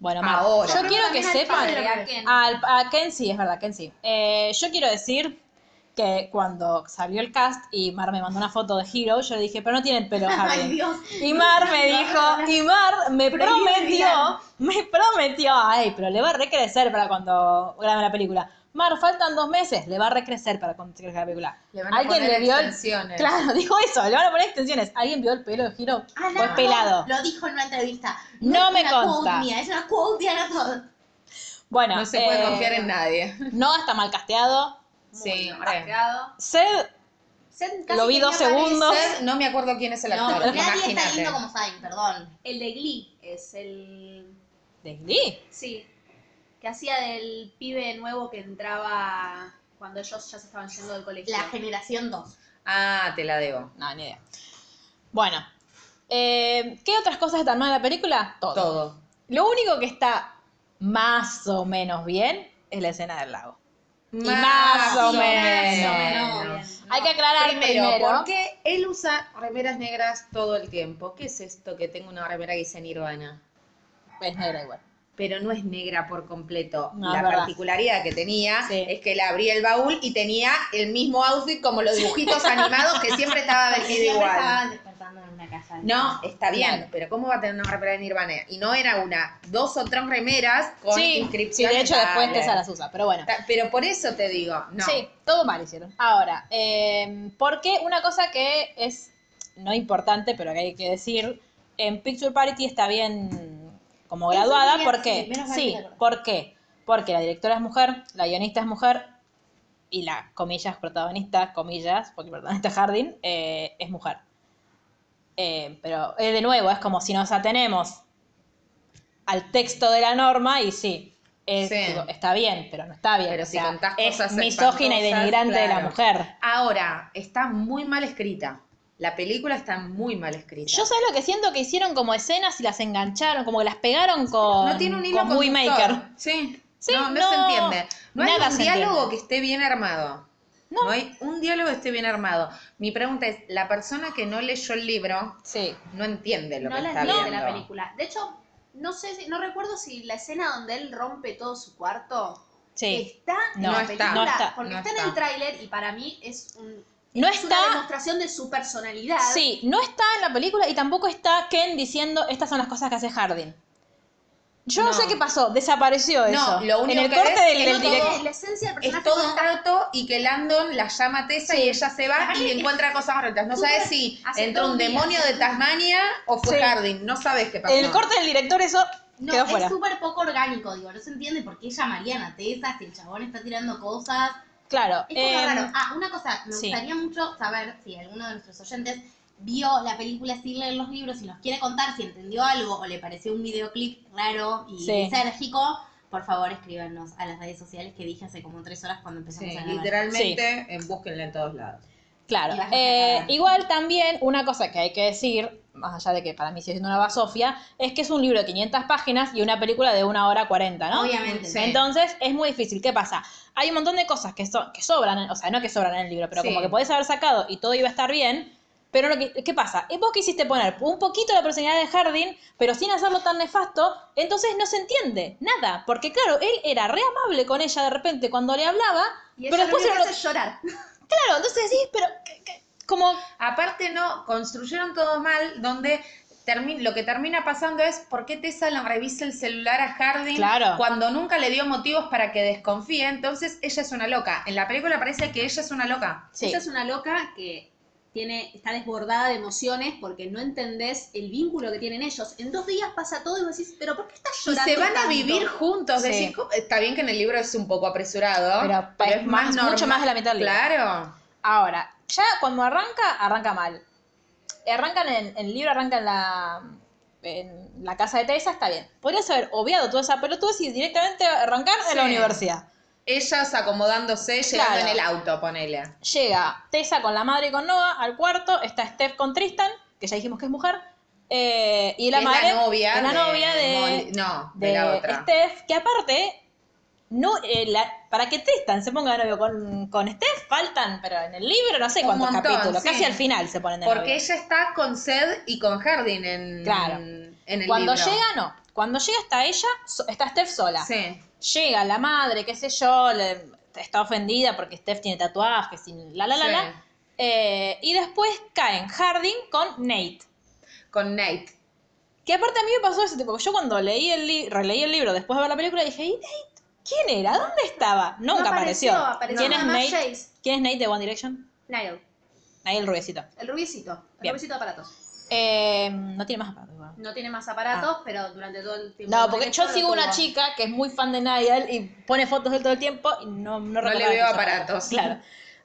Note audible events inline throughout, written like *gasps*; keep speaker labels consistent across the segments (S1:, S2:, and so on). S1: Bueno, Mar,
S2: Ahora.
S1: yo quiero que sepan. Al- a Kenzie, es verdad, Kenzie. Eh, yo quiero decir que cuando salió el cast y Mar me mandó una foto de Hero, yo le dije, pero no tiene el pelo Javier.
S2: *laughs* Ay, Dios.
S1: Y Mar me dijo, y Mar me
S2: Prohibido
S1: prometió,
S2: mirar.
S1: *laughs* me prometió, ay, pero le va a recrecer para cuando grabe la película. Mar, faltan dos meses, le va a recrecer para cuando se grabe la película.
S3: Le van a poner
S1: el-
S3: extensiones.
S1: Claro, *laughs* dijo eso, le van a poner extensiones. ¿Alguien vio el pelo de Hiro?
S2: Ah, no,
S1: Fue pelado.
S2: Lo dijo en una entrevista.
S1: No
S2: es
S1: me
S2: una
S1: consta.
S2: quote mía, es una quote de Anatol.
S1: Bueno,
S3: No se puede
S1: eh,
S3: confiar en nadie.
S1: No, está mal casteado.
S3: Sí,
S2: mal
S1: ah,
S3: re.
S1: Sed, lo vi dos segundos.
S3: Sed, No me acuerdo quién es el
S4: No,
S3: actor.
S4: pero
S2: Nadie está
S4: Imagínate.
S2: lindo como Zayn, perdón.
S4: El de Glee es el.
S1: ¿De Glee?
S4: Sí. Que hacía del pibe nuevo que entraba cuando ellos ya se estaban yendo del colegio.
S2: La generación 2.
S3: Ah, te la debo.
S1: No, ni idea. Bueno, eh, ¿qué otras cosas están mal en la película? Todo.
S3: Todo.
S1: Lo único que está más o menos bien es la escena del lago. Y más, o
S3: o
S1: menos.
S3: menos.
S1: Hay que aclarar
S3: Primero,
S1: primero.
S3: ¿por qué él usa remeras negras todo el tiempo? ¿Qué es esto que tengo una remera que dice Nirvana?
S1: Es negra igual.
S3: Pero no es negra por completo.
S1: No,
S3: la
S1: es verdad.
S3: particularidad que tenía
S1: Sí.
S3: es que él abría el baúl y tenía el mismo outfit como
S1: *laughs*
S3: los dibujitos animados que siempre estaba
S2: Porque
S3: vestido
S2: siempre
S3: igual.
S2: estaban despertando en una casa.
S3: No, está bien,
S1: Claro.
S3: pero ¿cómo va a tener una remera de Nirvana? Y no era una, dos o tres remeras con
S1: Sí, sí,
S3: inscripción.
S1: de hecho después Tessa las usa, pero bueno.
S3: Pero por eso te digo, no.
S1: Sí, todo mal hicieron. Ahora, eh, porque una cosa que es no importante, pero que hay que decir, en Picture Party está bien como
S2: Eso
S1: graduada,
S2: quería
S1: ¿por qué?
S2: decir, menos mal
S1: Sí,
S2: que me acordé.
S1: ¿por qué? Porque la directora es mujer, la guionista es mujer y la, comillas, protagonista, comillas, porque el protagonista es Hardin, eh, es mujer. Eh, pero eh, de nuevo, es como si nos atenemos al texto de la norma y sí, es-
S3: Sí.
S1: digo, está bien, pero no está bien.
S3: Pero
S1: o
S3: si
S1: sea,
S3: contás
S1: es
S3: cosas
S1: misógina y
S3: espantosas,
S1: denigrante de la
S3: claro.
S1: mujer.
S3: Ahora, está muy mal escrita. La película está muy mal escrita.
S1: Yo sabes lo que siento que hicieron como escenas y las engancharon, como que las pegaron con,
S3: no tiene un hilo
S1: con Movie
S3: conductor.
S1: Maker.
S3: Sí.
S1: Sí,
S3: no, no,
S1: no,
S3: se entiende. No hay
S1: nada
S3: un
S1: se
S3: diálogo
S1: entiende.
S3: que esté bien armado. No. hay un diálogo que esté bien armado. Mi pregunta es, la persona que no leyó el libro
S1: Sí.
S3: no entiende lo
S4: no
S3: que
S4: la
S3: está
S4: entiende
S3: viendo.
S4: la película. De hecho, no sé, si- no recuerdo si la escena donde él rompe todo su cuarto
S1: Sí.
S4: está en
S1: No
S4: la
S3: está.
S4: película.
S1: No está,
S4: Porque
S3: no
S4: está, en
S3: está.
S4: el tráiler y para mí es un-
S1: No
S4: es una
S1: está.
S4: demostración de su personalidad.
S1: Sí, no está en la película y tampoco está Ken diciendo estas son las cosas que hace Hardin. Yo no,
S3: No.
S1: sé qué pasó, desapareció
S3: No,
S1: eso.
S3: lo único
S1: en el
S3: que
S1: corte
S3: ves
S1: del,
S3: que
S1: del
S3: no todo-
S1: director.
S4: Es la esencia del personaje.
S3: Es todo
S4: no está.
S3: trato y que Landon la llama a Tessa y ella se va y encuentra cosas horrendas. No sabes si
S4: Hace
S3: entró un
S4: todo un día.
S3: demonio de Tasmania o fue
S1: Sí.
S3: Harding. No sabes qué pasó.
S1: En el corte del director eso
S2: No,
S1: quedó
S2: es
S1: fuera.
S2: súper poco orgánico, digo, no se entiende por qué llamarían a Tessa si el chabón está tirando cosas.
S1: Claro.
S2: Es como
S1: em,
S2: raro. Ah, una cosa, me
S1: sí.
S2: gustaría mucho saber si alguno de nuestros oyentes vio la película sin leer los libros, si nos quiere contar, si entendió algo o le pareció un videoclip raro y
S1: Sí.
S2: lisérgico, por favor escríbanos a las redes sociales que dije hace como tres horas cuando empezamos
S3: Sí,
S2: a grabar.
S3: literalmente, en- búsquenla en todos lados.
S1: Claro.
S2: Y vas a
S1: Eh,
S2: cagar.
S1: igual también una cosa que hay que decir, más allá de que para mí sigue siendo una basofia, es que es un libro de 500 páginas y una película de una hora 40, ¿no?
S2: Obviamente.
S3: Sí.
S1: Entonces es muy difícil. ¿Qué pasa? Hay un montón de cosas que, so- que sobran, en- o sea, no que sobran en el libro, pero
S3: Sí.
S1: como que podés haber sacado y todo iba a estar bien. Pero lo que, ¿qué pasa? Eh, Vos quisiste poner un poquito la personalidad de Hardin, pero sin hacerlo tan nefasto, entonces no se entiende nada. Porque claro, él era re amable con ella de repente cuando le hablaba,
S4: Y
S1: pero
S4: ella lo
S1: después
S4: único
S1: era
S4: que
S1: lo-
S4: hace es llorar.
S1: Claro, entonces sí, pero ¿qué- qué? como
S3: Aparte, no, construyeron todo mal, donde termi- lo que termina pasando es por qué Tessa le revisa el celular a Harding
S1: Claro.
S3: cuando nunca le dio motivos para que desconfíe. Entonces, ella es una loca. En la película parece que ella es una loca.
S1: Sí.
S4: Ella es una loca que tiene, está desbordada de emociones porque no entendés el vínculo que tienen ellos. En dos días pasa todo y vos decís, pero ¿por qué estás
S3: Y
S4: llorando?
S3: se van a
S4: tanto?".
S3: vivir juntos.
S1: Sí.
S3: decís, ¿cómo? está bien que en el libro es un poco apresurado,
S1: Pero
S3: pero,
S1: pa-
S3: es más
S1: más- mucho
S3: normal.
S1: más de la mitad del libro.
S3: Claro.
S1: Ahora, ya cuando arranca, arranca mal. Eh, Arrancan en, el libro, arranca en la, en la casa de Teresa, está bien. Podrías haber obviado toda esa pelotudez y directamente arrancar en la
S3: Sí.
S1: universidad.
S3: Ellas acomodándose, llegando
S1: Claro.
S3: en el auto, ponele.
S1: Llega Tessa con la madre y con Noah al cuarto, está Steph con Tristan, que ya dijimos que es mujer, eh, y la
S3: es
S1: madre
S3: la novia.
S1: es la novia de-
S3: Molly- No, de,
S1: de
S3: la otra.
S1: Steph, que aparte, no, eh, la- para que Tristan se ponga de novio con, con Steph, faltan, pero en el libro no sé
S3: Un
S1: cuántos
S3: montón,
S1: capítulos,
S3: sí.
S1: casi al final se ponen de novio.
S3: Porque ella está con Sed y con Hardin en,
S1: Claro.
S3: en el
S1: Cuando
S3: libro.
S1: llega, no. Cuando llega está ella, so- está Steph sola.
S3: Sí.
S1: Llega la madre, qué sé yo, le- está ofendida porque Steph tiene tatuajes y la la la
S3: sí,
S1: la. Eh, y después caen Harding con Nate.
S3: Con Nate.
S1: Que aparte a mí me pasó ese tipo, yo cuando leí el li- releí el libro después de ver la película dije, ¿y Nate? ¿Quién era? ¿Dónde estaba? Nunca
S4: No
S1: apareció.
S4: apareció
S1: ¿Quién, es
S4: nada más
S1: Nate?
S4: Jace.
S1: ¿Quién es Nate de One Direction?
S4: Niall,
S1: Ahí el rubiecito.
S4: el rubiecito, el
S1: Bien.
S4: rubiecito de aparatos.
S1: Eh, no tiene más aparato, igual.
S4: No tiene más aparatos, pero durante todo el tiempo.
S1: Ah. No,
S4: que
S1: porque
S4: estuvo,
S1: yo
S4: lo
S1: sigo una
S4: tuvo.
S1: chica que es muy fan de Niall y pone fotos de él todo el tiempo y no, no,
S3: le
S1: recordaba
S3: veo
S1: que usaba
S3: aparatos.
S1: Claro.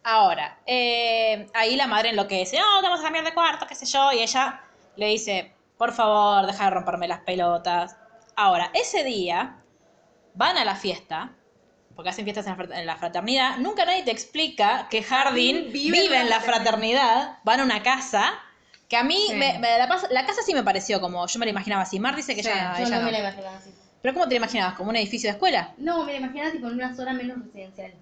S1: Ahora, eh, ahí la madre enloquece, no, te vamos a cambiar de cuarto, qué sé yo, y ella le dice, por favor, deja de romperme las pelotas. Ahora, ese día van a la fiesta, porque hacen fiestas en la frater- en la fraternidad, nunca nadie te explica que Jardín vive, en la fraternidad, van a una casa, que a mí
S3: Sí.
S1: me- me la, pas- la casa sí me pareció como, yo me la imaginaba así, Mar dice que
S3: Sí,
S1: ella,
S2: Yo
S1: ella
S2: no
S1: no.
S2: me la imaginaba así.
S1: ¿Pero cómo te lo imaginabas? ¿Como un edificio de escuela?
S2: No, me la imaginaba tipo en una zona menos residencial.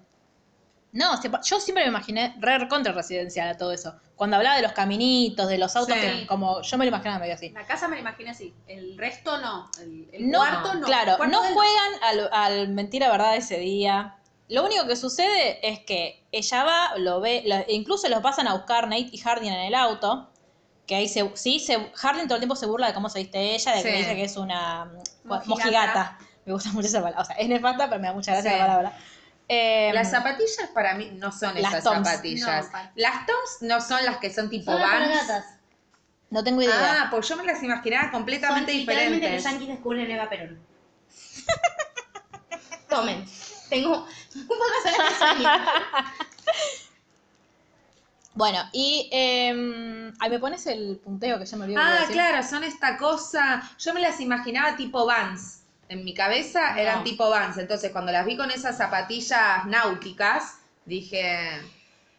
S1: No, se pa- yo siempre me imaginé re contra residencial a todo eso. Cuando hablaba de los caminitos, de los autos,
S3: Sí.
S1: que- como yo me lo imaginaba medio así.
S4: La casa me la imaginé así, el resto no, el, el
S1: No,
S4: cuarto no.
S1: claro,
S4: Cuarto
S1: no
S4: del-
S1: juegan al, al mentira verdad ese día. Lo único que sucede es que ella va, lo ve, la- incluso los pasan a buscar Nate y Hardin en el auto. Que ahí se, sí, se, Hardin todo el tiempo se burla de cómo se viste ella, de que
S3: Sí.
S1: dice que es una mm,
S4: Mojigata.
S1: mojigata. Me gusta mucho esa palabra. O sea, es nefasta, pero me da mucha gracia
S3: Sí.
S1: la palabra. Eh,
S3: Las zapatillas para mí no son
S1: Las
S3: esas
S1: Toms.
S3: zapatillas.
S4: No, pa-
S3: las Toms no son las que son tipo
S2: Son
S3: Vans.
S2: Ah, gatas.
S1: no tengo idea.
S3: Ah, pues yo me las imaginaba
S2: Son
S3: completamente
S2: literalmente los
S3: diferentes.
S2: yankees descubren Eva Perón. *laughs* Tomen. Tengo un poco de sueño.
S1: Bueno, y. Eh, ay, me pones el punteo que ya me olvidé.
S3: Ah, claro, son esta cosa. Yo me las imaginaba tipo Vans. En mi cabeza eran
S1: No.
S3: tipo Vans. Entonces, cuando las vi con esas zapatillas náuticas, dije.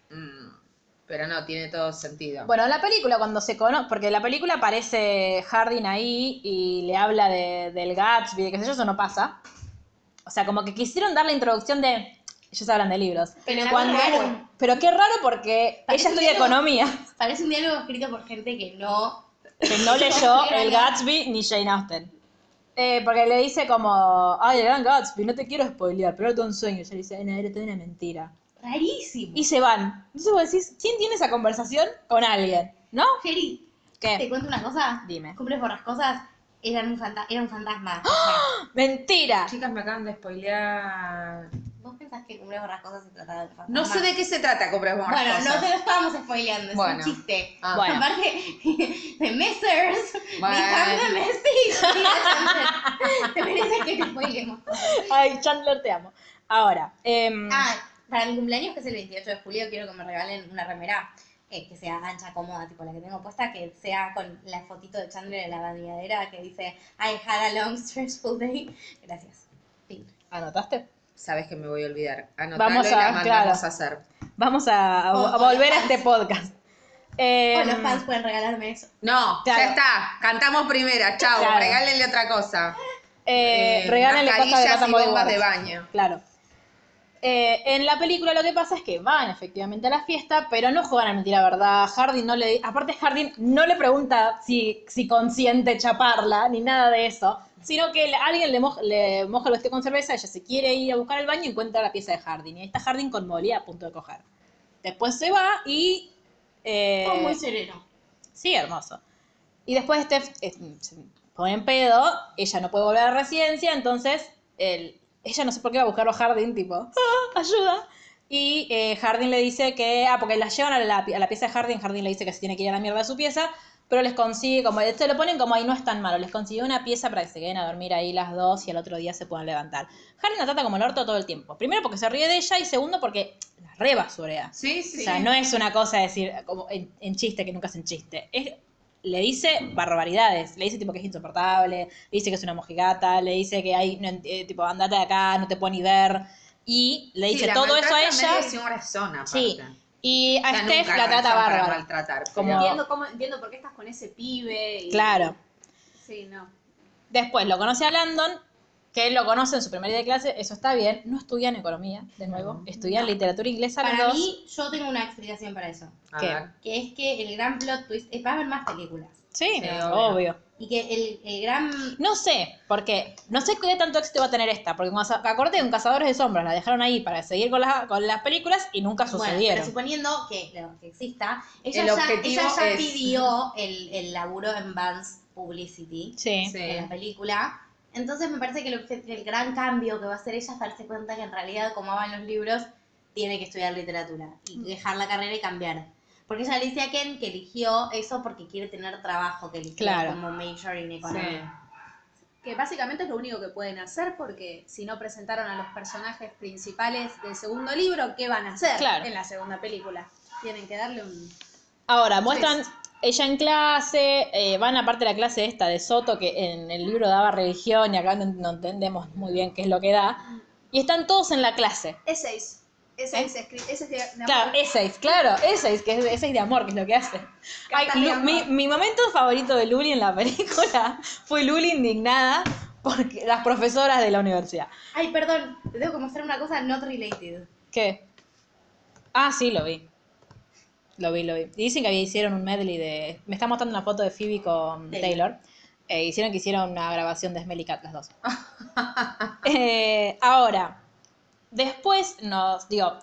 S3: "Mm, pero no, tiene todo sentido.
S1: Bueno, en la película, cuando se conoce. Porque en la película aparece Hardin ahí y le habla de, del Gatsby, de qué sé yo, eso no pasa. O sea, como que quisieron dar la introducción de. Ellos hablan de libros.
S2: Pero qué
S1: Cuando-
S2: raro.
S1: Pero qué raro porque
S2: Parece
S1: ella estudia
S2: un diálogo.
S1: economía.
S3: *laughs*
S2: Parece un diálogo escrito por gente que no.
S1: que no leyó el
S2: Era-
S1: Gatsby ni Jane Austen. Eh, porque le dice como, ay, el gran Gatsby, no te quiero spoilear, pero era todo un sueño. Y ella le dice, no, era toda una mentira.
S2: Rarísimo.
S1: y se van. Entonces vos decís, ¿quién tiene esa conversación con alguien? ¿No?
S2: Jerry, te
S1: ¿Qué?
S2: cuento una cosa.
S1: Dime.
S2: Cumples borrascosas. Eran un fanta- era un fantasma. O
S3: *gasps*
S2: sea,
S1: Mentira.
S3: Chicas, me acaban de spoilear.
S2: ¿Vos pensás que Cumples borrascosas se trataba de un fantasma?
S3: No sé de qué se trata, compras
S2: Bueno, no te lo estábamos spoileando, es
S3: Bueno.
S2: un chiste.
S3: Ah.
S1: Bueno.
S2: Aparte, *laughs* the messers,
S1: *laughs*
S3: Bueno.
S2: become the *laughs* message. te mereces que te spoilemos.
S1: Ay, Chandler, te amo. Ahora, em,
S2: Ah, para mi cumpleaños, que es el 28 de julio, quiero que me regalen una remera eh, que sea ancha, cómoda, tipo la que tengo puesta, que sea con la fotito de Chandler en la bandadera que dice I had a long, stressful day. Gracias. Fin.
S1: ¿anotaste?
S3: Sabes que me voy a olvidar. Anotalo
S1: Vamos
S3: y
S1: a-
S3: la mandamos
S1: claro.
S3: a hacer.
S1: Vamos a, a-
S3: Oh,
S2: O-
S1: a
S2: o
S1: volver a
S2: los fans.
S1: este podcast.
S2: O
S1: Em,
S2: los fans pueden regalarme eso.
S3: No,
S1: Claro.
S3: ya está. Cantamos primera. Chao,
S1: Claro.
S3: regálenle otra cosa.
S1: eh,
S3: Eh,
S1: regálenle cosas de
S3: mascarillas
S1: Casa
S3: y bombas de baño.
S1: Claro. Eh, en la película lo que pasa es que van efectivamente a la fiesta, pero no juegan a mentir la verdad. Hardin no le aparte Hardin no le pregunta si, si consiente chaparla ni nada de eso, sino que le- alguien le, moj- le moja el vestido con cerveza, ella se quiere ir a buscar el baño y encuentra la pieza de Hardin. Y ahí está Hardin con Molly a punto de coger. Después se va y eh,
S2: Oh, muy sereno.
S1: Sí, hermoso. Y después Steph eh, se pone en pedo, ella no puede volver a la residencia, entonces él- ella no sé por qué va a buscarlo a Hardin, tipo, "Ah, *laughs* ayuda. Y eh, Hardin le dice que, ah, porque las llevan a la, a la pieza de Hardin, Hardin le dice que se tiene que ir a la mierda de su pieza, pero les consigue, como se lo ponen como ahí no es tan malo, les consigue una pieza para que se queden a dormir ahí las dos y al otro día se puedan levantar. Hardin la trata como el orto todo el tiempo. Primero porque se ríe de ella y segundo porque la rebasurea.
S3: Sí, sí.
S1: O sea, no es una cosa decir como en, en chiste que nunca es en chiste. Es, le dice barbaridades. Le dice tipo que es insoportable, le dice que es una mojigata, le dice que hay, no ent- eh, tipo, andate de acá, no te puedo ni ver. Y le
S3: Sí,
S1: dice
S3: la
S1: todo eso a
S3: maltrata medio
S1: ella.
S3: sin razón, aparte.
S1: Sí, y
S3: O
S1: a
S3: sea,
S1: Steph
S3: nunca
S1: la trata
S3: razón para
S1: bárbara.
S3: maltratar, pero-
S1: Como-
S4: Viendo, cómo, viendo por qué estás con ese pibe. y-
S1: Claro.
S4: Sí, no.
S1: Después lo conoce a Landon, que lo conoce en su primer día de clase, eso está bien. No estudian economía, de nuevo.
S3: Mm,
S1: Estudian literatura inglesa los
S2: Para
S1: dos.
S2: mí, yo tengo una explicación para eso.
S3: A
S1: ¿Qué?
S3: ver.
S2: Que es que el gran plot twist eh, es para ver más películas.
S1: sí,
S3: Sí,
S1: obvio.
S3: obvio.
S2: Y que el, el gran
S1: No sé, porque no sé qué tanto éxito va a tener esta, porque cuando acordé con Cazadores de Sombras, la dejaron ahí para seguir con, las con las películas y nunca
S2: Bueno, pero
S1: sucedieron.
S2: suponiendo que, lo que exista, ella
S3: El
S2: ya,
S3: objetivo
S2: ella ya
S3: es-
S2: pidió el, el laburo en Vans Publicity,
S1: sí.
S3: Sí.
S2: en la película. Entonces me parece que el, obje- el gran cambio que va a hacer ella es darse cuenta que en realidad, como aman los libros, tiene que estudiar literatura y dejar la carrera y cambiar. Porque ella le dice a Ken que eligió eso porque quiere tener trabajo, que eligió
S1: Claro.
S2: como major en
S3: Sí.
S2: economía.
S4: Que básicamente es lo único que pueden hacer porque si no presentaron a los personajes principales del segundo libro, ¿qué van a hacer
S1: Claro.
S4: en la segunda película? Tienen que darle un...
S1: Ahora, muestran ella en clase, eh, van aparte de la clase esta de Soto, que en el libro daba religión y acá no, no entendemos muy bien qué es lo que da. Y están todos en la clase.
S4: Essays. Essays, escri- essays de, de
S1: ¿Eh? Claro,
S4: amor.
S1: essays, claro, essays, que es essays de amor, que es lo que hace. Ay,
S4: Cartas de
S1: Lu-
S4: amor.
S1: mi, mi momento favorito de Luli en la *laughs* película fue Luli indignada porque las profesoras de la universidad.
S2: Ay, perdón, te tengo que mostrar una cosa not related.
S1: ¿Qué? Ah, sí, lo vi. Lo vi, lo vi. Y dicen que había- hicieron un medley de. Me está mostrando una foto de Phoebe con
S2: Taylor.
S1: Taylor. Eh, hicieron que hicieron una grabación de Smelly Cat las dos. Eh, ahora, después nos. Digo,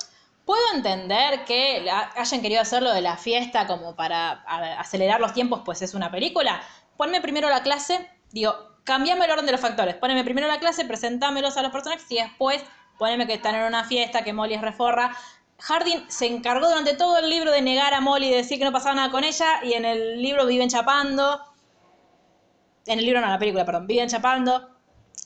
S1: puedo entender que la- hayan querido hacerlo de la fiesta como para a- acelerar los tiempos, pues es una película. Ponme primero la clase, digo, cambiame el orden de los factores. Poneme primero la clase, presentámelos a los personajes y después poneme que están en una fiesta, que Molly es reforra. Hardin se encargó durante todo el libro de negar a Molly, de decir que no pasaba nada con ella, y en el libro viven chapando. En el libro, no, en la película, perdón, viven chapando.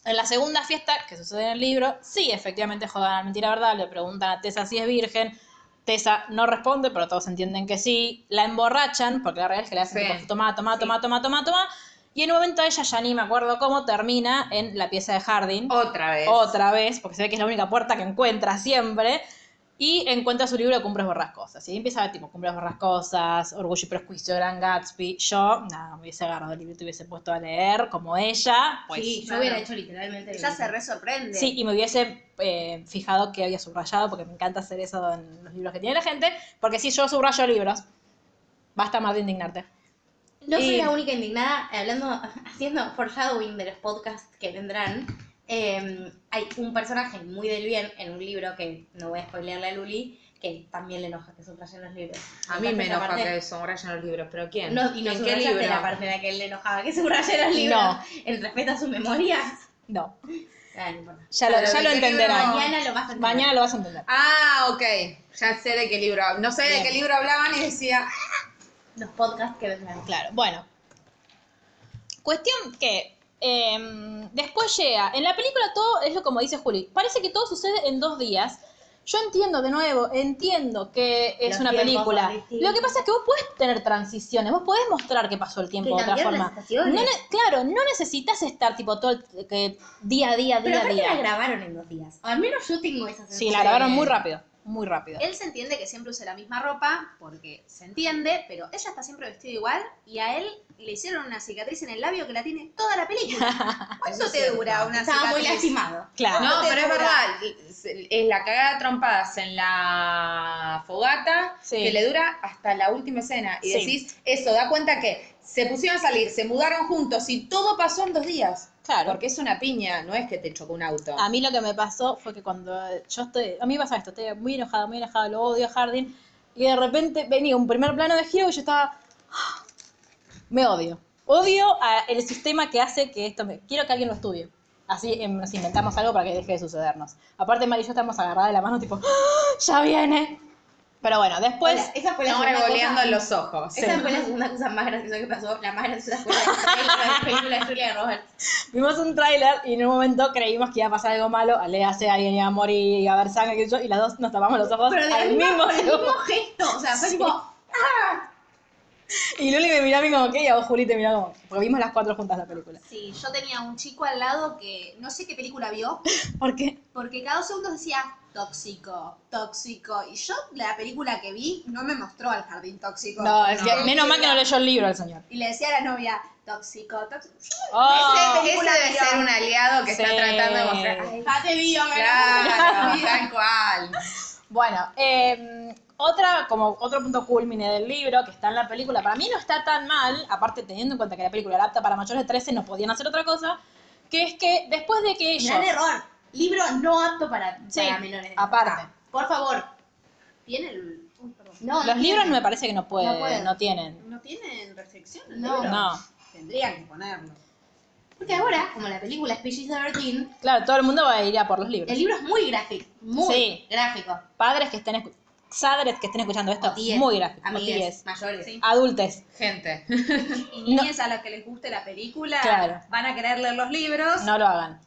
S1: En la segunda fiesta, que sucede en el libro, sí, efectivamente jodan a mentira verdad, le preguntan a Tessa si es virgen. Tessa no responde, pero todos entienden que sí. La emborrachan, porque la realidad es que le hacen
S3: Sí.
S1: tipo, toma, toma, toma, toma, toma, toma. Y en un momento ella, ya ni me acuerdo cómo, termina en la pieza de Hardin
S3: Otra vez.
S1: otra vez, porque se ve que es la única puerta que encuentra siempre, y encuentra su libro de Cumbres Borrascosas. Y ahí empieza tipo Cumbres Borrascosas, Orgullo y Prejuicio, Gran Gatsby. Yo, nada, me hubiese agarrado el libro y te hubiese puesto a leer como ella, pues
S2: sí,
S1: sí,
S2: yo hubiera hecho literalmente. lo
S4: Ella se
S2: mismo.
S4: re sorprende.
S1: y me hubiese eh, fijado que había subrayado, porque me encanta hacer eso en los libros que tiene la gente, porque si yo subrayo libros, basta más de indignarte.
S2: No soy
S1: Y-
S2: la única indignada hablando, *laughs* haciendo foreshadowing de los podcasts que vendrán. Eh, hay un personaje muy del bien en un libro que no voy a spoilearle a Luli, que también le enoja que subrayen los libros.
S3: A mí me
S2: Esa
S3: enoja
S2: parte-
S3: que subrayen los libros, pero ¿quién?
S2: No, y no
S3: ¿En qué
S2: subrayaste
S3: libro?
S2: la parte en la que él le enojaba que *laughs* subrayen los libros.
S1: No.
S2: En respeto a su memoria.
S1: No,
S2: Ah, no importa.
S1: ya lo, ya
S3: Pero ¿de
S1: lo
S3: qué libro?
S1: entenderán.
S2: Mañana lo vas a entender.
S1: Mañana lo vas a entender.
S3: Ah, ok. Ya sé de qué libro. hab- No sé de
S1: Bien.
S3: qué libro hablaban y decía.
S2: Los podcasts que vendrán.
S1: Claro, bueno. Cuestión que em, después llega, en la película todo es lo como dice Juli, parece que todo sucede en dos días. Yo entiendo, de nuevo, entiendo que es
S2: Los
S1: una
S2: tiempos
S1: película.
S2: son distintos.
S1: Lo que pasa es que vos podés tener transiciones, vos podés mostrar que pasó el tiempo de
S2: Que
S1: otra
S2: cambiaron las
S1: forma. No
S2: estaciones.
S1: ne- claro, no necesitas estar tipo todo el- que día a día,
S2: Pero
S1: día a
S2: aparte la
S1: día.
S2: grabaron en dos días. O al menos yo tengo esa sensación.
S1: Sí, la grabaron muy rápido, muy rápido.
S4: Él se entiende que siempre usa la misma ropa, porque se entiende, pero ella está siempre vestida igual y a él le hicieron una cicatriz en el labio que la tiene toda
S3: *laughs*
S4: la película.
S3: Eso
S4: ¿Cuánto
S3: es
S4: te
S3: cierto.
S4: dura una
S2: Estaba muy
S4: cicatriz?
S2: lastimado.
S1: Claro.
S3: No,
S4: te
S3: pero es
S4: juro.
S3: verdad. Es la cagada de trompadas en la fogata
S1: Sí.
S3: que le dura hasta la última escena. Y
S1: Sí.
S3: decís, eso, da cuenta que se pusieron a salir, se mudaron juntos y todo pasó en dos días.
S1: Claro.
S3: Porque es una piña, no es que te chocó un auto.
S1: A mí lo que me pasó fue que cuando yo estoy, a mí me pasa esto, estoy muy enojada, muy enojada, lo odio a Hardin, y de repente venía un primer plano de Hero y yo estaba, *gasps* "Ah, me odio. Odio a el sistema que hace que esto me, quiero que alguien lo estudie. Así em, nos inventamos algo para que deje de sucedernos. Aparte, Mari y yo estamos agarradas de la mano, tipo, *gasps* ¡Ah! ¡ya viene! Pero bueno, después.
S2: Hola, esa fue la
S3: No
S2: segunda
S3: revoleando
S2: cosa.
S3: los ojos.
S2: Esa fue la segunda cosa más graciosa que pasó. La más graciosa fue la la película de Julia Roberts.
S1: Vimos un tráiler y en un momento creímos que iba a pasar algo malo. Alea sea alguien iba a morir, iba a haber sangre, qué sé yo, y las dos nos tapamos los ojos
S4: Pero de la
S1: al
S4: misma-
S1: mismo
S4: con el
S1: tiempo.
S4: mismo gesto. O sea, fue
S1: Sí.
S4: tipo,
S1: Y Luli me miró a mí como, ¿qué? Y a vos, Juli, te miró como, porque vimos las cuatro juntas la película.
S4: sí, yo tenía un chico al lado que no sé qué película vio,
S1: ¿Por qué?
S4: porque cada dos segundos decía tóxico, tóxico. Y yo, la película que vi, no me mostró al jardín tóxico.
S1: No, es que
S4: No.
S1: menos mal que no leyó el libro el señor.
S4: Y le decía a la novia, tóxico, tóxico.
S1: Oh,
S3: Ese, ese debe ser un aliado que está
S1: Sí.
S3: tratando de mostrar. "Ay,
S4: Date bio, me
S3: Claro, tal cual.
S1: Bueno, eh, otra, como otro punto culmine del libro que está en la película, para mí no está tan mal, aparte teniendo en cuenta que la película era apta para mayores de 13, no podían hacer otra cosa, que es que después de que ellos...
S2: Gran error. Libro no apto para,
S1: Sí,
S2: para menores. de edad.
S1: aparte.
S2: Por favor.
S4: Tiene el. uy, perdón.
S2: No,
S1: *laughs* Los
S2: no
S1: libros
S2: tiene.
S1: me parece que no pueden,
S2: No pueden.
S1: no tienen.
S4: ¿No tienen restricción? el
S2: No.
S4: libro?
S1: No.
S4: Tendrían que ponerlo.
S2: Porque ahora, como la película es PG-13,
S1: Claro, todo el mundo va a ir a por los
S2: el
S1: libros.
S2: libro es muy gráfico. Muy
S1: Sí.
S2: gráfico.
S1: Padres que estén escu- sadres que estén escuchando esto,
S2: Tíes,
S1: muy gráfico.
S2: Amigues,
S1: tíes,
S2: mayores.
S1: Adultes.
S3: Gente.
S4: Y niñas a las que les guste la película
S1: Claro.
S4: van a querer leer los libros. No,
S1: No lo hagan.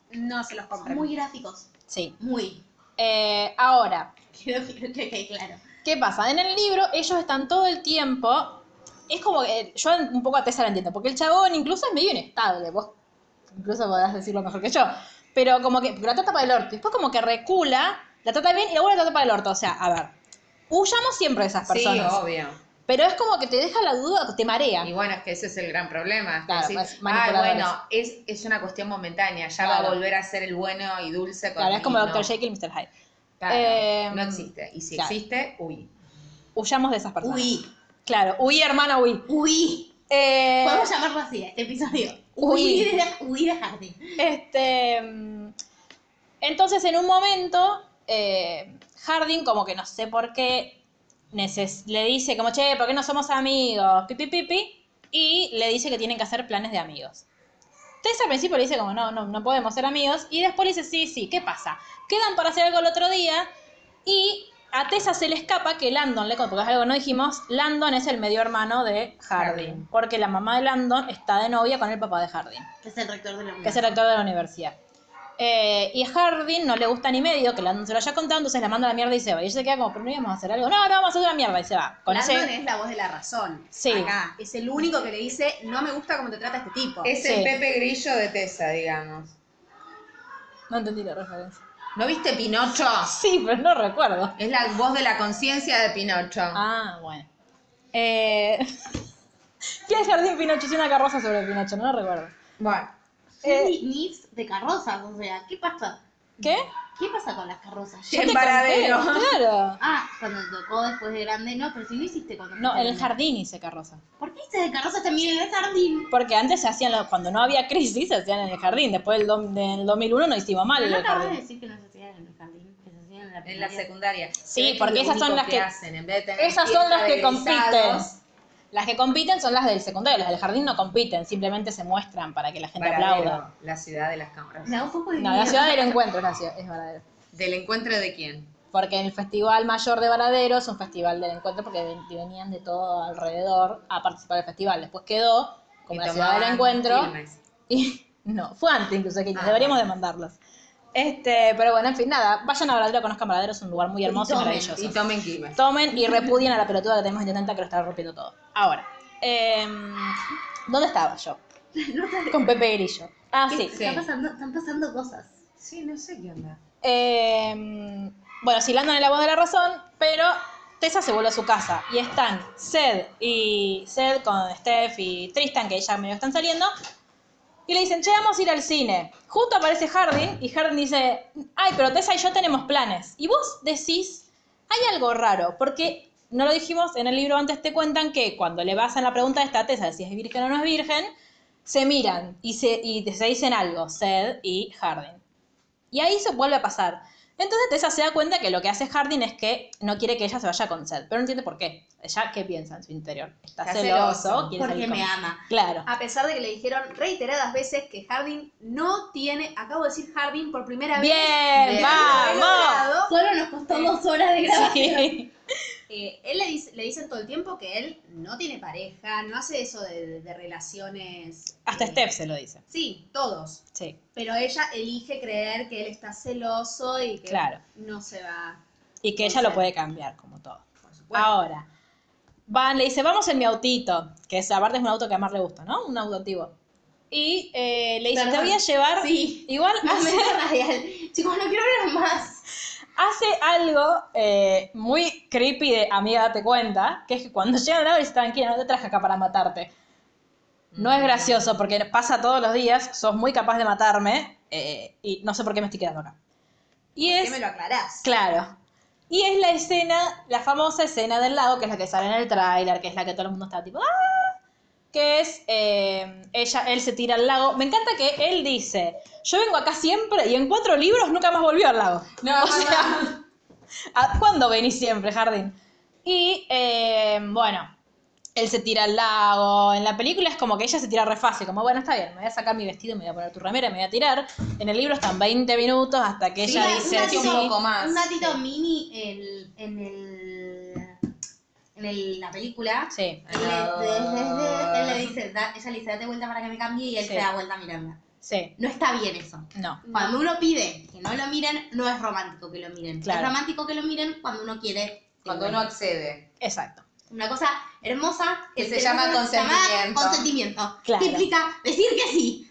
S4: se los compren.
S2: Muy gráficos.
S1: Sí.
S2: Muy.
S1: Eh, ahora,
S2: Quiero quiero que quede claro.
S1: ¿Qué pasa? En el libro ellos están todo el tiempo. Es como que eh, yo un poco a Tessa la entiendo, porque el chabón incluso es medio inestable, vos incluso podrás decirlo mejor que yo, pero como que porque la trata para el orto, y después como que recula, la trata bien y luego la trata para el orto, o sea, a ver, huyamos siempre de esas personas,
S3: Sí, obvio.
S1: pero es como que te deja la duda, te marea.
S3: Y bueno, es que ese es el gran problema. es
S1: Claro,
S3: decir,
S1: pues,
S3: ah,
S1: manipuladores".
S3: bueno, es, es una cuestión momentánea, ya va
S1: Claro.
S3: a volver a ser el bueno y dulce con
S1: Claro, es como
S3: y
S1: Dr.
S3: no.
S1: Jekyll y Mr. Hyde.
S3: Claro,
S1: Eh,
S3: no existe. Y si
S1: claro.
S3: existe, uy.
S1: Huyamos de esas personas.
S2: Uy.
S1: Claro, huí, hermana, huí.
S2: Uy.
S1: Eh,
S2: Podemos llamarlo así a este episodio.
S1: Uy.
S2: Uy. de- Uy de jardín.
S1: Este, mm, entonces, en un momento, eh, Harding, como que no sé por qué, neces- le dice como, che, ¿por qué no somos amigos? Pipi, pipi. Y le dice que tienen que hacer planes de amigos. Tess al principio le dice como, no, no, no podemos ser amigos. Y después le dice, sí, sí, ¿qué pasa? Quedan para hacer algo el otro día. Y a Tessa se le escapa que Landon, le porque es algo que no dijimos, Landon es el medio hermano de Harding.
S3: Harding.
S1: Porque la mamá de Landon está de novia con el papá de Harding
S2: Que es el rector de la
S1: que es el
S2: universidad.
S1: rector de la universidad. Eh, y a Harding no le gusta ni medio, que Landon se lo haya contado, entonces la manda a la mierda y se va. Y ella se queda como, pero no íbamos a hacer algo. No, no, vamos a hacer una mierda y se va. Con
S4: Landon
S1: ese-
S4: es la voz de la razón.
S1: Sí.
S4: Acá. Es el único que le dice, no me gusta cómo te trata este tipo.
S3: Es
S1: Sí.
S3: el Pepe Grillo de Tessa, digamos.
S1: No entendí la referencia.
S3: ¿No viste Pinocho?
S1: Sí, pero no recuerdo.
S3: Es la voz de la conciencia de Pinocho.
S1: Ah, bueno. Eh... *laughs* ¿Qué es Jardín Pinocho? Sí, una carroza sobre Pinocho, no lo recuerdo.
S3: Bueno.
S1: eh.
S2: Ni- ni de carrozas, o sea, ¿qué pasa?
S1: ¿Qué?
S2: ¿Qué pasa con las carrozas?
S3: En paradero.
S2: *laughs*
S1: Claro.
S2: Ah, cuando te tocó después de grande, no, pero si no hiciste cuando
S1: No,
S2: fuiste
S1: en el
S2: grande.
S1: jardín hice carroza.
S2: ¿Por qué hiciste de carrozas también en el jardín?
S1: Porque antes se hacían, los- cuando no había crisis, se hacían en el jardín. Después del dom- del 2001 no hicimos mal
S2: Pero
S1: en
S2: no
S1: el
S2: acabas de
S1: jardín.
S2: decir que no se hacían en el jardín, que se hacían en la
S3: En la
S2: primaria.
S3: secundaria.
S1: Sí,
S3: Es
S1: porque
S3: lo
S1: esas son
S3: único
S1: las que-
S3: hacen, en vez de tener
S1: Esas son
S3: fiesta
S1: las que
S3: de
S1: compiten.
S3: egresados,
S1: Las que compiten son las del secundario, las del jardín no compiten, simplemente se muestran para que la gente
S3: Varadero,
S1: aplauda.
S3: La ciudad de las cámaras.
S2: Me da un poco de
S1: No,
S2: miedo.
S1: la ciudad del encuentro es, la ciudad- es Varadero.
S3: ¿Del encuentro de quién?
S1: Porque el Festival Mayor de Varadero es un festival del encuentro porque ven- venían de todo alrededor a participar del festival. Después quedó como
S3: Y
S1: la ciudad del
S3: tomaban
S1: encuentro.
S3: filmes.
S1: *laughs* Y no, fue antes incluso que
S3: Ah,
S1: deberíamos
S3: bueno.
S1: demandarlos. Este, pero bueno, en fin, nada, vayan a Varadero, conozcan Varadero, es un lugar muy hermoso y,
S2: tomen,
S1: maravilloso.
S3: Y tomen Quilmes.
S1: tomen y repudien a la pelotuda que tenemos intentando que lo está rompiendo todo. Ahora, em, ¿dónde estaba yo? Con Pepe Grillo. Ah, sí.
S2: Está pasando- están pasando cosas.
S3: Sí, no sé qué onda.
S1: Em, bueno, Silandon es la voz de la razón, pero Tessa se vuelve a su casa y están Sed y Sed con Steph y Tristan, que ya medio están saliendo, y le dicen, che, vamos a ir al cine. Justo aparece Hardin y Hardin dice, ay, pero Tessa y yo tenemos planes. Y vos decís, hay algo raro, porque no lo dijimos en el libro antes, te cuentan que cuando le basan la pregunta esta a Tessa de si es virgen o no es virgen, se miran y se, y se dicen algo, Sed y Hardin. Y ahí se vuelve a pasar. Entonces Tessa se da cuenta que lo que hace Hardin es que no quiere que ella se vaya con Seth, pero no entiende por qué. Ella, ¿qué piensa en su interior? Está,
S3: Está
S1: celoso,
S3: celoso,
S1: quiere
S2: Porque
S1: salir con-
S2: me ama.
S1: Claro.
S4: A pesar de que le dijeron reiteradas veces que Hardin no tiene, acabo de decir Hardin por primera vez.
S1: ¡Bien!
S4: lo he
S1: ¡Vamos!
S4: logrado.
S2: Solo nos costó dos horas de grabación.
S1: Sí.
S4: Eh, él le, dice- le dicen todo el tiempo que él no tiene pareja, no hace eso de, de- de relaciones.
S1: Hasta
S4: eh,
S1: Steph se lo dice.
S4: Sí, todos.
S1: Sí.
S4: Pero ella elige creer que él está celoso y que
S1: Claro.
S4: no se va.
S1: Y que
S4: Puede
S1: ella lo
S4: ser.
S1: puede cambiar, como todo.
S4: Por supuesto.
S1: Ahora, Van le dice, vamos en mi autito, que es, aparte es un auto que a Mar le gusta, ¿no? Un auto antiguo. Y eh, le dice,
S2: Perdón.
S1: te voy a llevar...
S4: *laughs*
S2: Sí.
S1: Igual
S4: Ah,
S1: hace,
S2: Momento radial. Chicos, no quiero hablar más.
S1: hace algo eh, muy creepy de amiga, date cuenta, que es que cuando *laughs* llegan al lado dice, tranquila, no te traje acá para matarte. No
S4: Mm.
S1: es gracioso porque pasa todos los días, sos muy capaz de matarme eh, y no sé por qué me estoy quedando acá. Y
S4: ¿Por
S1: es...
S4: qué me lo aclarás?
S1: Claro. Y es la escena, la famosa escena del lago, que es la que sale en el tráiler, que es la que todo el mundo está tipo, ¡ah! Que es, eh, ella, él se tira al lago. Me encanta que él dice, yo vengo acá siempre y en cuatro libros nunca más volvió al lago.
S3: No,
S1: O sea, ¿a cuándo venís siempre, Jardín? Y, eh, bueno, él se tira al lago. En la película es como que ella se tira re fácil, como, bueno, está bien, me voy a sacar mi vestido, me voy a poner tu remera, me voy a tirar. En el libro están 20 minutos hasta que
S3: Sí,
S1: ella
S3: una-
S1: dice,
S3: una
S1: "Sí".
S3: un poco más.
S2: Un gatito mini en, en el. En el- la película.
S1: Sí,
S2: Él le, de- de- de- él le dice, da- ella le dice, date vuelta para que me cambie y él
S1: Sí.
S2: se da vuelta a mirarla.
S1: sí,
S2: No está bien eso.
S1: no.
S2: Cuando uno pide que no lo miren, no es romántico que lo miren.
S1: Claro.
S2: Es romántico que lo miren cuando uno quiere.
S3: Cuando uno accede.
S1: Exacto.
S2: Una cosa hermosa
S3: Que se llama consentimiento.
S2: consentimiento.
S1: Claro.
S2: Que implica decir que sí.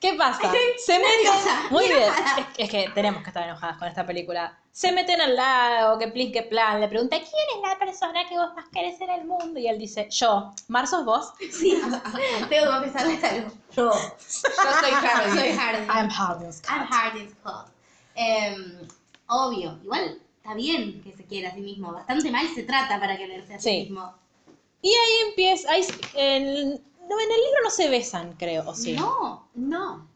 S1: ¿Qué
S3: *laughs*
S1: pasa? Se
S2: nerviosa,
S1: meten. Muy bien.
S2: enojada.
S1: Es, es que tenemos que estar enojadas con esta película. Se meten al lago, que plin, que plan. Le pregunta, ¿quién es la persona que vos más querés en el mundo? Y él dice, yo. Mar sos vos.
S2: Sí. Tengo que confesarles algo. Yo.
S1: *laughs*
S3: Yo soy Hardy.
S2: Soy Hardy.
S1: I'm Harden
S2: I'm
S1: Scott.
S2: hard as hot. Em, obvio, igual está bien que se quiera a sí mismo. Bastante mal se trata para quererse a sí,
S1: Sí.
S2: mismo.
S1: Y ahí empieza. ahí se- en, no, en el libro no se besan, creo, ¿o sí?
S2: No.
S4: No.